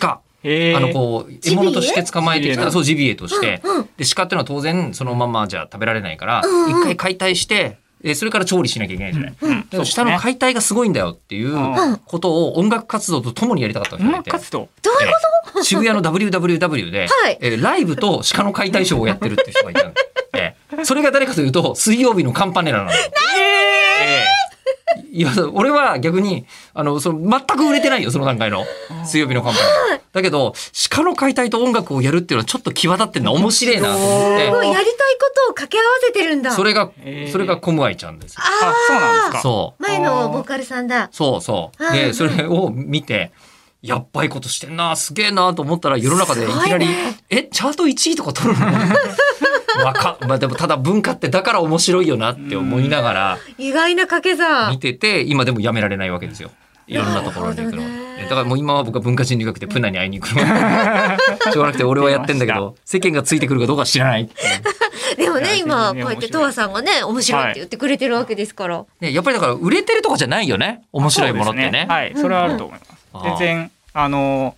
鹿。
へえ。
あのこう獲物として捕まえてき
ジビ
た
エ
そうジビエとして、
うんう
で鹿っていうのは当然そのままじゃ食べられないから、
うんうん
一回解体してえーそれから調理しなきゃいけないじゃない。
うんうん
でも下の
そうですね
解体がすごいんだよっていう
うん
ことを音楽活動とともにやりたかった人がい
音楽
て、
活動。
どういう
えー渋谷の WWW で、
はい
えーライブと鹿の解体ショーをやってるっていう人がいたんです、えーそれが誰かというと水曜日のカンパネラなの。えーいや俺は逆にあのその全く売れてないよその段階の水曜日のカンパネラ。だけど鹿の解体と音楽をやるっていうのはちょっと際立ってるな面白いなと思っ
す
て
ごいやりたいことを掛け合わせてるんだ。
それが
えー
それがコムアイちゃんですよ。
あ、そうなんですか。
そう。
前のボーカルさんだ。
そうそう。
はいは
で、
い
それを見て、やっばいことしてんな、すげえなと思ったら、世の中でいきなり、
すごい
え、チャート1位とか取るのわか、まあでもただ文化ってだから面白いよなって思いながら
意外な掛け算
見。てて、今でもやめられないわけですよ。いろんなところに行くの。
なるほどね
えだからもう今は僕は文化人留学でプナに会いに行くの。しょうがなくて俺はやってんだけど、世間がついてくるかどうかは知らないっていう。
でも
いや
ね、今、こ
全
う
然
やって
面白い
トワさんがね、面白いって言ってくれてるわけですから。
ね、やっぱりだから売れてるとかじゃないよね。面白いものってね。
そうですはい、それはあると思います。
うん
全然あの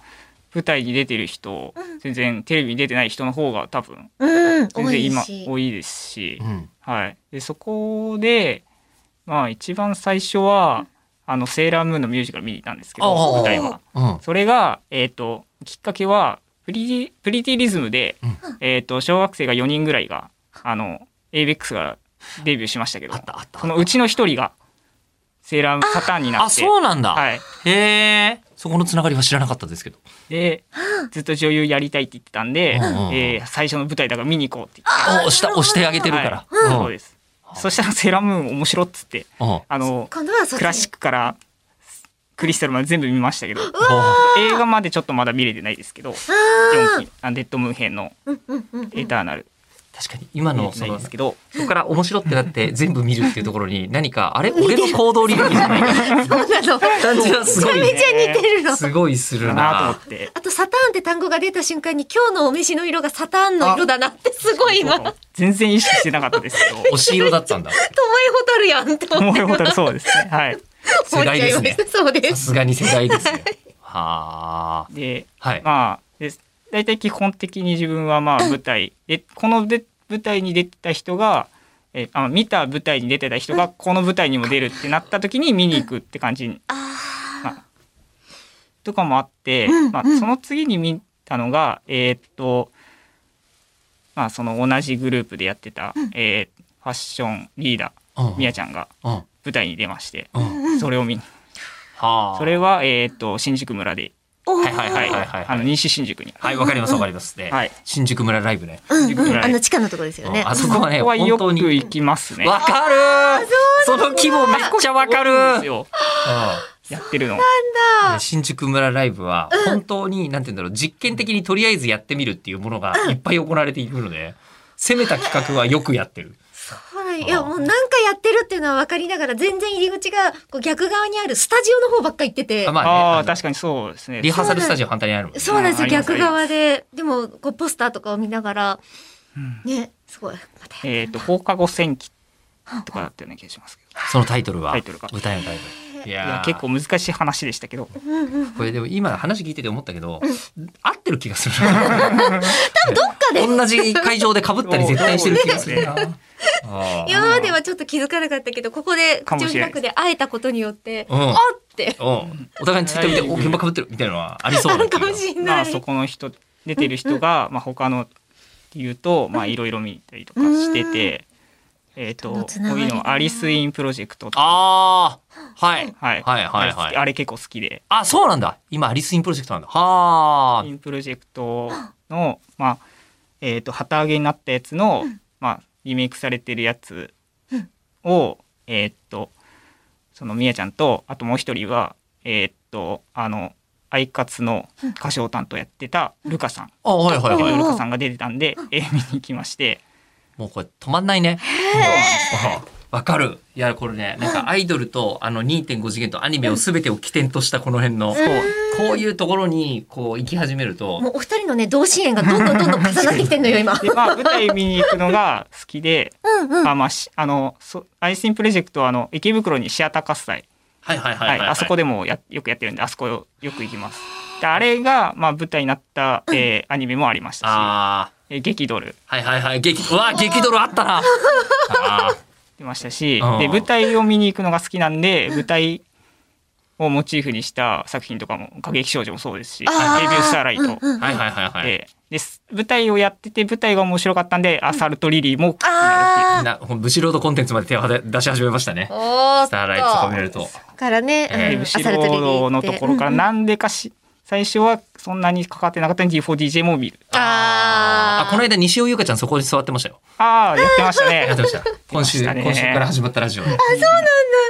舞台に出てる人、全然テレビに出てない人の方が多分
うん、
全
多
然
い
今
し。
多いですし、
うん。
はい。でそこでまあ一番最初はあのセーラームーンのミュージカル見に行ったんですけど、
ああ
舞台は。
うん。
それがえっ、ときっかけはプリティプリティリズムで、
うん
えっ、と小学生が4人ぐらいがあの ABEX がデビューしましたけど
あっ、たあった。
そのうちの一人がセーラームーンパターンになって。
あ、そうなんだ。
はい、
へえ。そこのつながりは知らなかったですけど。
でずっと女優やりたいって言ってたんで、
うんうんうん
えー最初の舞台だから見に行こうって言って
お、した、押してあげてるから。
はいそう
うん
ですそしたら「セーラームーン面白」っつって
うん。
あの
今度はそっちに
クラシックからクリスタルまで全部見ましたけど映画までちょっとまだ見れてないですけど
あ
四期あデッドムーン編の
ーうんうんうん
「エターナル
確かに今」
見れ
の
て
そ
ない
の
です
そ
けど
こから面白ってな って全部見るっていうところに何かあれ俺の行動理論じゃないかな
そうなの。め
感じがすごい
ちゃ似てる の。
すごいする
だなと思
な
って
あと、サターンって単語が出た瞬間に、今日のお飯の色がサターンの色だなって、すごい今、
そ
巴
う全然意識してなかったですけど
押し色だ ったんだ
ホタルやんって思っ
思
て
い
思
ほ
っちゃ
たる
い
そうですねはい
世代です
ま
ね
した。そうで
さ
す。
すがに世代ですねはあ
で
はい
まあで大体基本的に自分はまあ舞台でこので舞台に出てた人が、えーあ見た舞台に出てた人がこの舞台にも出るってなった時に見に行くって感じ
あ
とかもあって、
うん
まあ、
うん
その次に見たのがえーっとまあその同じグループでやってた、えーファッションリーダーみや
ち
ちゃんが
ゃんうん
舞台に出まして
うんは
それを見に
あ
それはえーっと新宿村で、
あ。おー
はいはいはいはいはい
あの西新宿にある
はいわかりますわかりますね
はい
新宿村ライブね
うん
塾ぐ
うん。
らい
あの、地下のとこですよね
う。んあそこはね
ここはよ
本
く
当に
行きますね。
わかるその規模めっちゃわかる
多いんですよ
うん
やってるの。
ね新宿村ライブは本当に、なんて言うんだろう実験的にとりあえずやってみるっていうものがいっぱい行われていくので、攻めた企画はよくやってる。
ほらはい。いや、もう何回やってるっていうのは分かりながら、全然入り口がこう逆側にあるスタジオの方ばっか行ってて
あ。まあね
あ
あ
あ
の
確かにそうですね
リハーサルスタジオ反対にあるもんね。
そうなんです
あ
よ、
ります
逆側で。でも、こう、ポスターとかを見ながら、
うん
ね、すごい。またや
えっ、と放課後戦記とかだったような気がしますけど
そのタイトルは
タイトルが
歌やタイトル。い
いや
や
結構難しい話でしたけど
うんうんうん。
これでも今話聞いてて思ったけど、合ってる気がする。
どっかで、
同じ会場で被ったり絶対してる気がするな。あ
今まではちょっと気づかなかったけど、ここで、
かも
口
し
を
れない
開くで会えたことによって、
うん
あって、
あうんお互いにツイッター見て、お、現場被ってるみたいなのはありそう
あ
な
る
気が
かもしれ
ま
な
あ
い。
そこの人出てる人が、まあ、他の理由とまあいろいろ見たりとかしてて、えっ、と
人の
こ
つなが
う
り
いう
だな
のアリスインプロジェクトっていう
ああ、はい。
はい
はいはい
あ
はい
れあれ結構好きで
あ、そうなんだ。今、アリスインプロジェクトなんだ。はあ
イ。ンプロジェクトのまあえっ、と旗揚げになったやつの、まあリメイクされてるやつを、えっ、とそのみやちゃんとあともう一人はえっ、とあのアイカツの歌唱担当やってたルカさん、
あ、はいはいはい。
ルカさんが出てたんで、えー見に行きまして。
もうこれ止まんないね。うんわかる。いや、これね、なんかアイドルと、あの、2.5次元とアニメを全てを起点としたこの辺の、こういうところに、こう、行き始めると、
もうお二人のね、同心円がどんどんどんどん重なってきてんのよ、今。
でまあ舞台見に行くのが好きで
うんうん。
あまあしあのそアイスインプロジェクトはあの池袋にシアター喝采、
はいはいはい
は
はいいはい。
あそこでもやよくやってるんであそこよく行きます。であれが、まあ、舞台になった、えーアニメもありましたし
ああ、
えー劇ドル
はいはいはい。激、うわ、激ドルあった な。あー
出ましたし
うん
で舞台を見に行くのが好きなんで舞台をモチーフにした作品とかも「過激少女」もそうですし「デビュ
あー
ースターライト
うんうん
はいはいはい」はい。
でです舞台をやってて舞台が面白かったんで「アサルトリリー」も気になるっていう
みんな、ほんブシロードコンテンツまで手を出し始めましたね。
おーっ
スターライトとか見
と。
ると。
からね、
えー
うん、ア
MC
サルトリリ
ロー
ー
ドのところから
な
なんでかし、最初はそんなにかかってなかったのに D4DJ も見る
あー
あ、この間、西尾優香ちゃんそこに座ってましたよ。
ああやってまし た
やって
ね
ました。今週、
やってました
今
ね
週から始まったラジオで。あ、そうなんだ。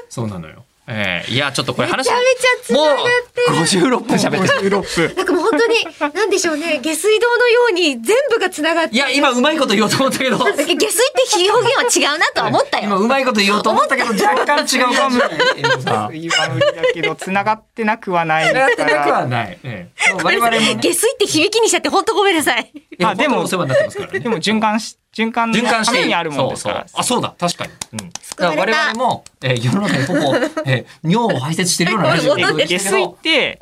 そうなのよ。ええいや、ちょっとこれ
めちゃめ
話。
ちゃつながってる。
もう五十六分喋ってる。
なんかもう本当に、なんでしょうね、下水道のように全部がつながって。
いや、今うまいこと言おうと思った けど。
だけど下水って表現は違うなとは思った
今
よ。
うまいこと言おうと思ったけど、若干違うかもしれない。えーさ
言いは無理だけど繋がってなくはない
やって
か
なくは
ら
ない。ええ我々もね。
下水って響きにしちゃって本当ごめんなさい。
いや
あでも
本当お世話になってますからね。
でも循環し循環の
循環
た
して
めにあるもんですから
そうそうあそうだ確かに、うん、だ
わ
から
れた
我々も、えー、世の中にほぼ、えー、尿を排泄してるようなラジオ
そうそう
で下水って、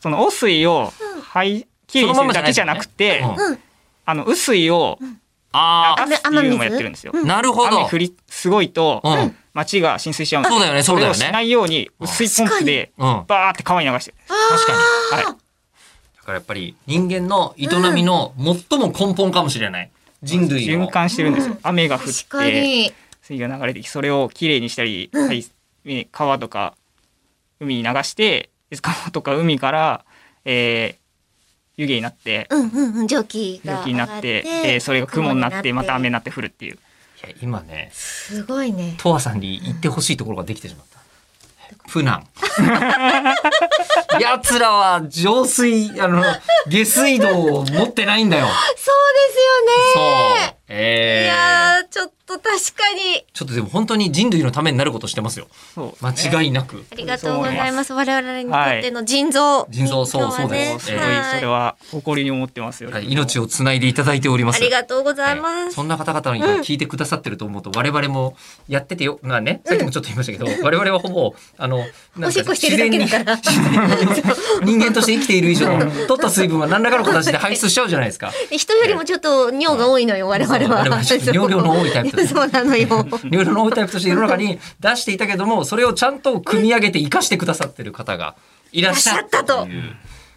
その汚水を排きれいにするだけじゃなくて
うん
うん
あの雨水を
あ
流すっていうのもやってるんですよ、
あなるほ
雨
ど
降りすごいと、
うん
町が浸水しちゃうんで
そうだよねそうだよね
れをしないように薄いポンプで
うん確
バーって川に流してる
かに
は
だ
い
からやっぱり人間の営みの最も根本かもしれない人類の
循環してるんですよ、
うん
雨が降っ
確か
て
に。
水が流れてきてそれをきれいにしたり、はいね川とか海に流して川とか海から、えー湯気になって
うんうんうん、蒸気
蒸
が
気
上
に
が
な
っ
って
て。
えーそれが雲になってまた雨になって降るっていう
いや今ね
すごいね。
とわさんに言ってほしいところができてしまったプナ ン奴らは上水あの下水道を持ってないんだよ
そうですよね。
そうえー
いやー、ちょっと確かに。
ちょっとでも本当に人類のためになることしてますよ。
そう
間違いなく。
ありがとうございます。我々にと
は
っ
い
ての腎臓。
腎臓そう
今日はね
そうです
すごい
えー
それは誇りに思ってますよ、
はい命をつないでいただいております。
ありがとうござい
え
ま
ー
す
そ。んな方々が聞いてくださってると思うと、我々もやっててよ、まあね、さっきもちょっと言いましたけど、我々はほぼ、あの、な
お
ん
しっこしてるだけだから。
人間として生きている以上、取った水分は何らかの形で排出しちゃうじゃないですか。
人よりもちょっと尿が多いのよ、我々
そう我々
は。
ちょっと尿量の多いタイプです
そうなのよ。
いろいろノータイプとして世の中に出していたけども、それをちゃんと組み上げて生かしてくださってる方がいらっしゃったという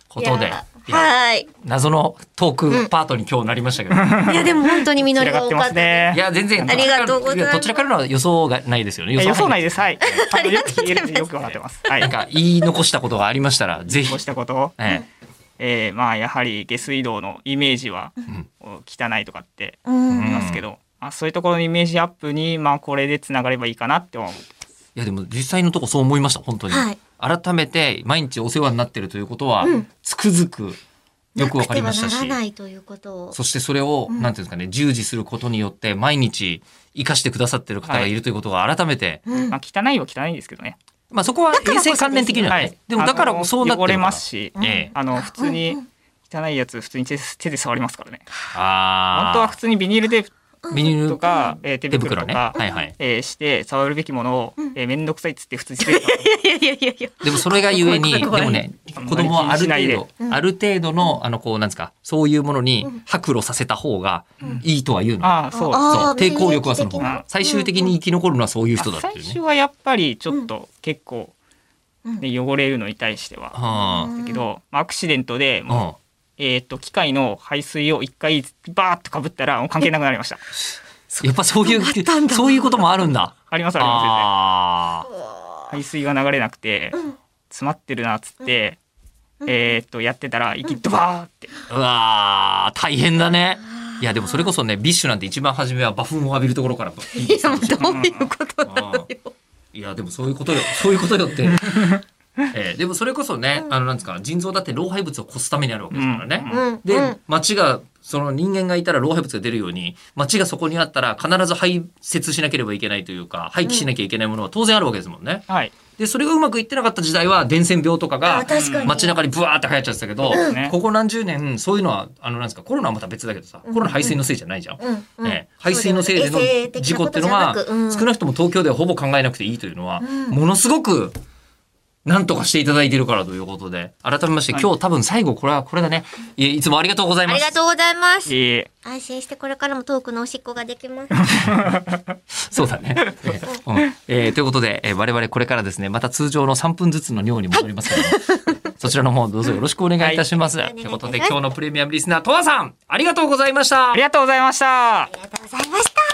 ことで
いや。
いや
はい。
謎のトークパートに今日なりましたけど。
いや、でも本当に実りが多かったで
いや、全然。
ありがとうございます
やどちらからの予想がないですよね。
いや予想内
で
ですはいあのよく言える
ありがとうございます
よくわかってますはい
なんか言い残したことがありましたら、ぜひ
こう。したことを
え
えーまあやはり下水道のイメージは
ん
お汚いとかって
す。うん
え
思いますけど、あそういうところのイメージアップに、まあ、これでつながればいいかなって思う
いや、でも実際のとこそう思いました、本当に
はい。
改めて、毎日お世話になってるということは、つくづく、よくわかりましたし
なくてはならないということを。
そしてそれを、
うん
なんていうんですかね、従事することによって、毎日生かしてくださってる方がいるということが改めて、
うん
まあ、汚いは汚いんですけどね。
まあそこは
だから
衛
こそ
生関連的にはね、
はい
でもだから
あの
そうなって
汚
る
れ
か
ま
ら
すし、
ええ
あの普通に
うんうん
汚いやつ普通に手で手で触りますからね。
あ
本当は普
当
通にビニールテープ
はビニール
とか、えー手
手袋
袋と
ね。
か、
はいはい。
えーして触るべきものを、えー、めんどくさいっつって普通に手
い
で
やいやいやいや。
でもそれがゆえに、で
怖い
もね
怖、い
子供はある
あんまり
程
気にし
ないで
度、ある程度の、あの、こう、なんですか、そういうものに
うん
白露させた方がいいとは言うの。
ああそう
あ
そう、
ー
抵抗力はその方
免疫的な
が。最終的に生き残るのはそういう人だって
最
いう
初
ね。
はやっぱりちょっと結構、
うん
ね汚れるのに対しては、
は
うん
だけど、まあ、アクシデントで
あ。う
もう、
ん。
えー、と機械の排水を一回バーッとかぶったらもう関係なくなりました。
やっぱそうい
そうだったん
う、
だ
そういうこともあるんだ。
ありますあります
ああ。
全然排水が流れなくて、詰まってるなっつって、えー、とやってたら息ドバーって、
うわー、大変だね。いや、でもそれこそね、ビッシュなんて一番初めはバフンを浴びるところからと。
いや、もうどういうことなのよ。
いや、でもそういうことよ。そういうことよ って。えーでもそれこそね、あの、なんですか、腎臓だって老廃物をこすためにあるわけですからね。
うん。う
で
ん、
町が、その人間がいたら老廃物が出るように、町がそこにあったら必ず排泄しなければいけないというか、廃棄しなきゃいけないものは当然あるわけですもんね。
はい
で、それがうまくいってなかった時代は伝染病とか
あ
が
確かに。
街中にブワーって流行っちゃってたけど、
そうですね
ここ何十年、そういうのは、あの、なんですか、コロナはまた別だけどさ、コロナ排水のせいじゃないじゃん。
うんうん
ね、排水のせいでの
そうだよね衛生的
事
な
故
こ
って
と
いう
じ
の
ゃな
は、
くうん
少なくとも東京ではほぼ考えなくていいというのは、
うん
ものすごく、なんとかしていただいてるからということで、改めまして、今日多分最後、これは、これだね。いえいつもありがとうござい
あ
ま
り
す
が。とうございま
え
す。
ー
安心してこれからもトークのおしっこができます。
そうだね。 えーうんえーということで、えー我々これからですね、また通常の3分ずつの尿に戻りますの で、そちらの方どうぞよろしくお願いいたします。
はい
ということ
お
で、
願いいたします
今日のプレミアムリスナー、とわさん、ありがとうございました
あり。がとうございました
ありがとうございました。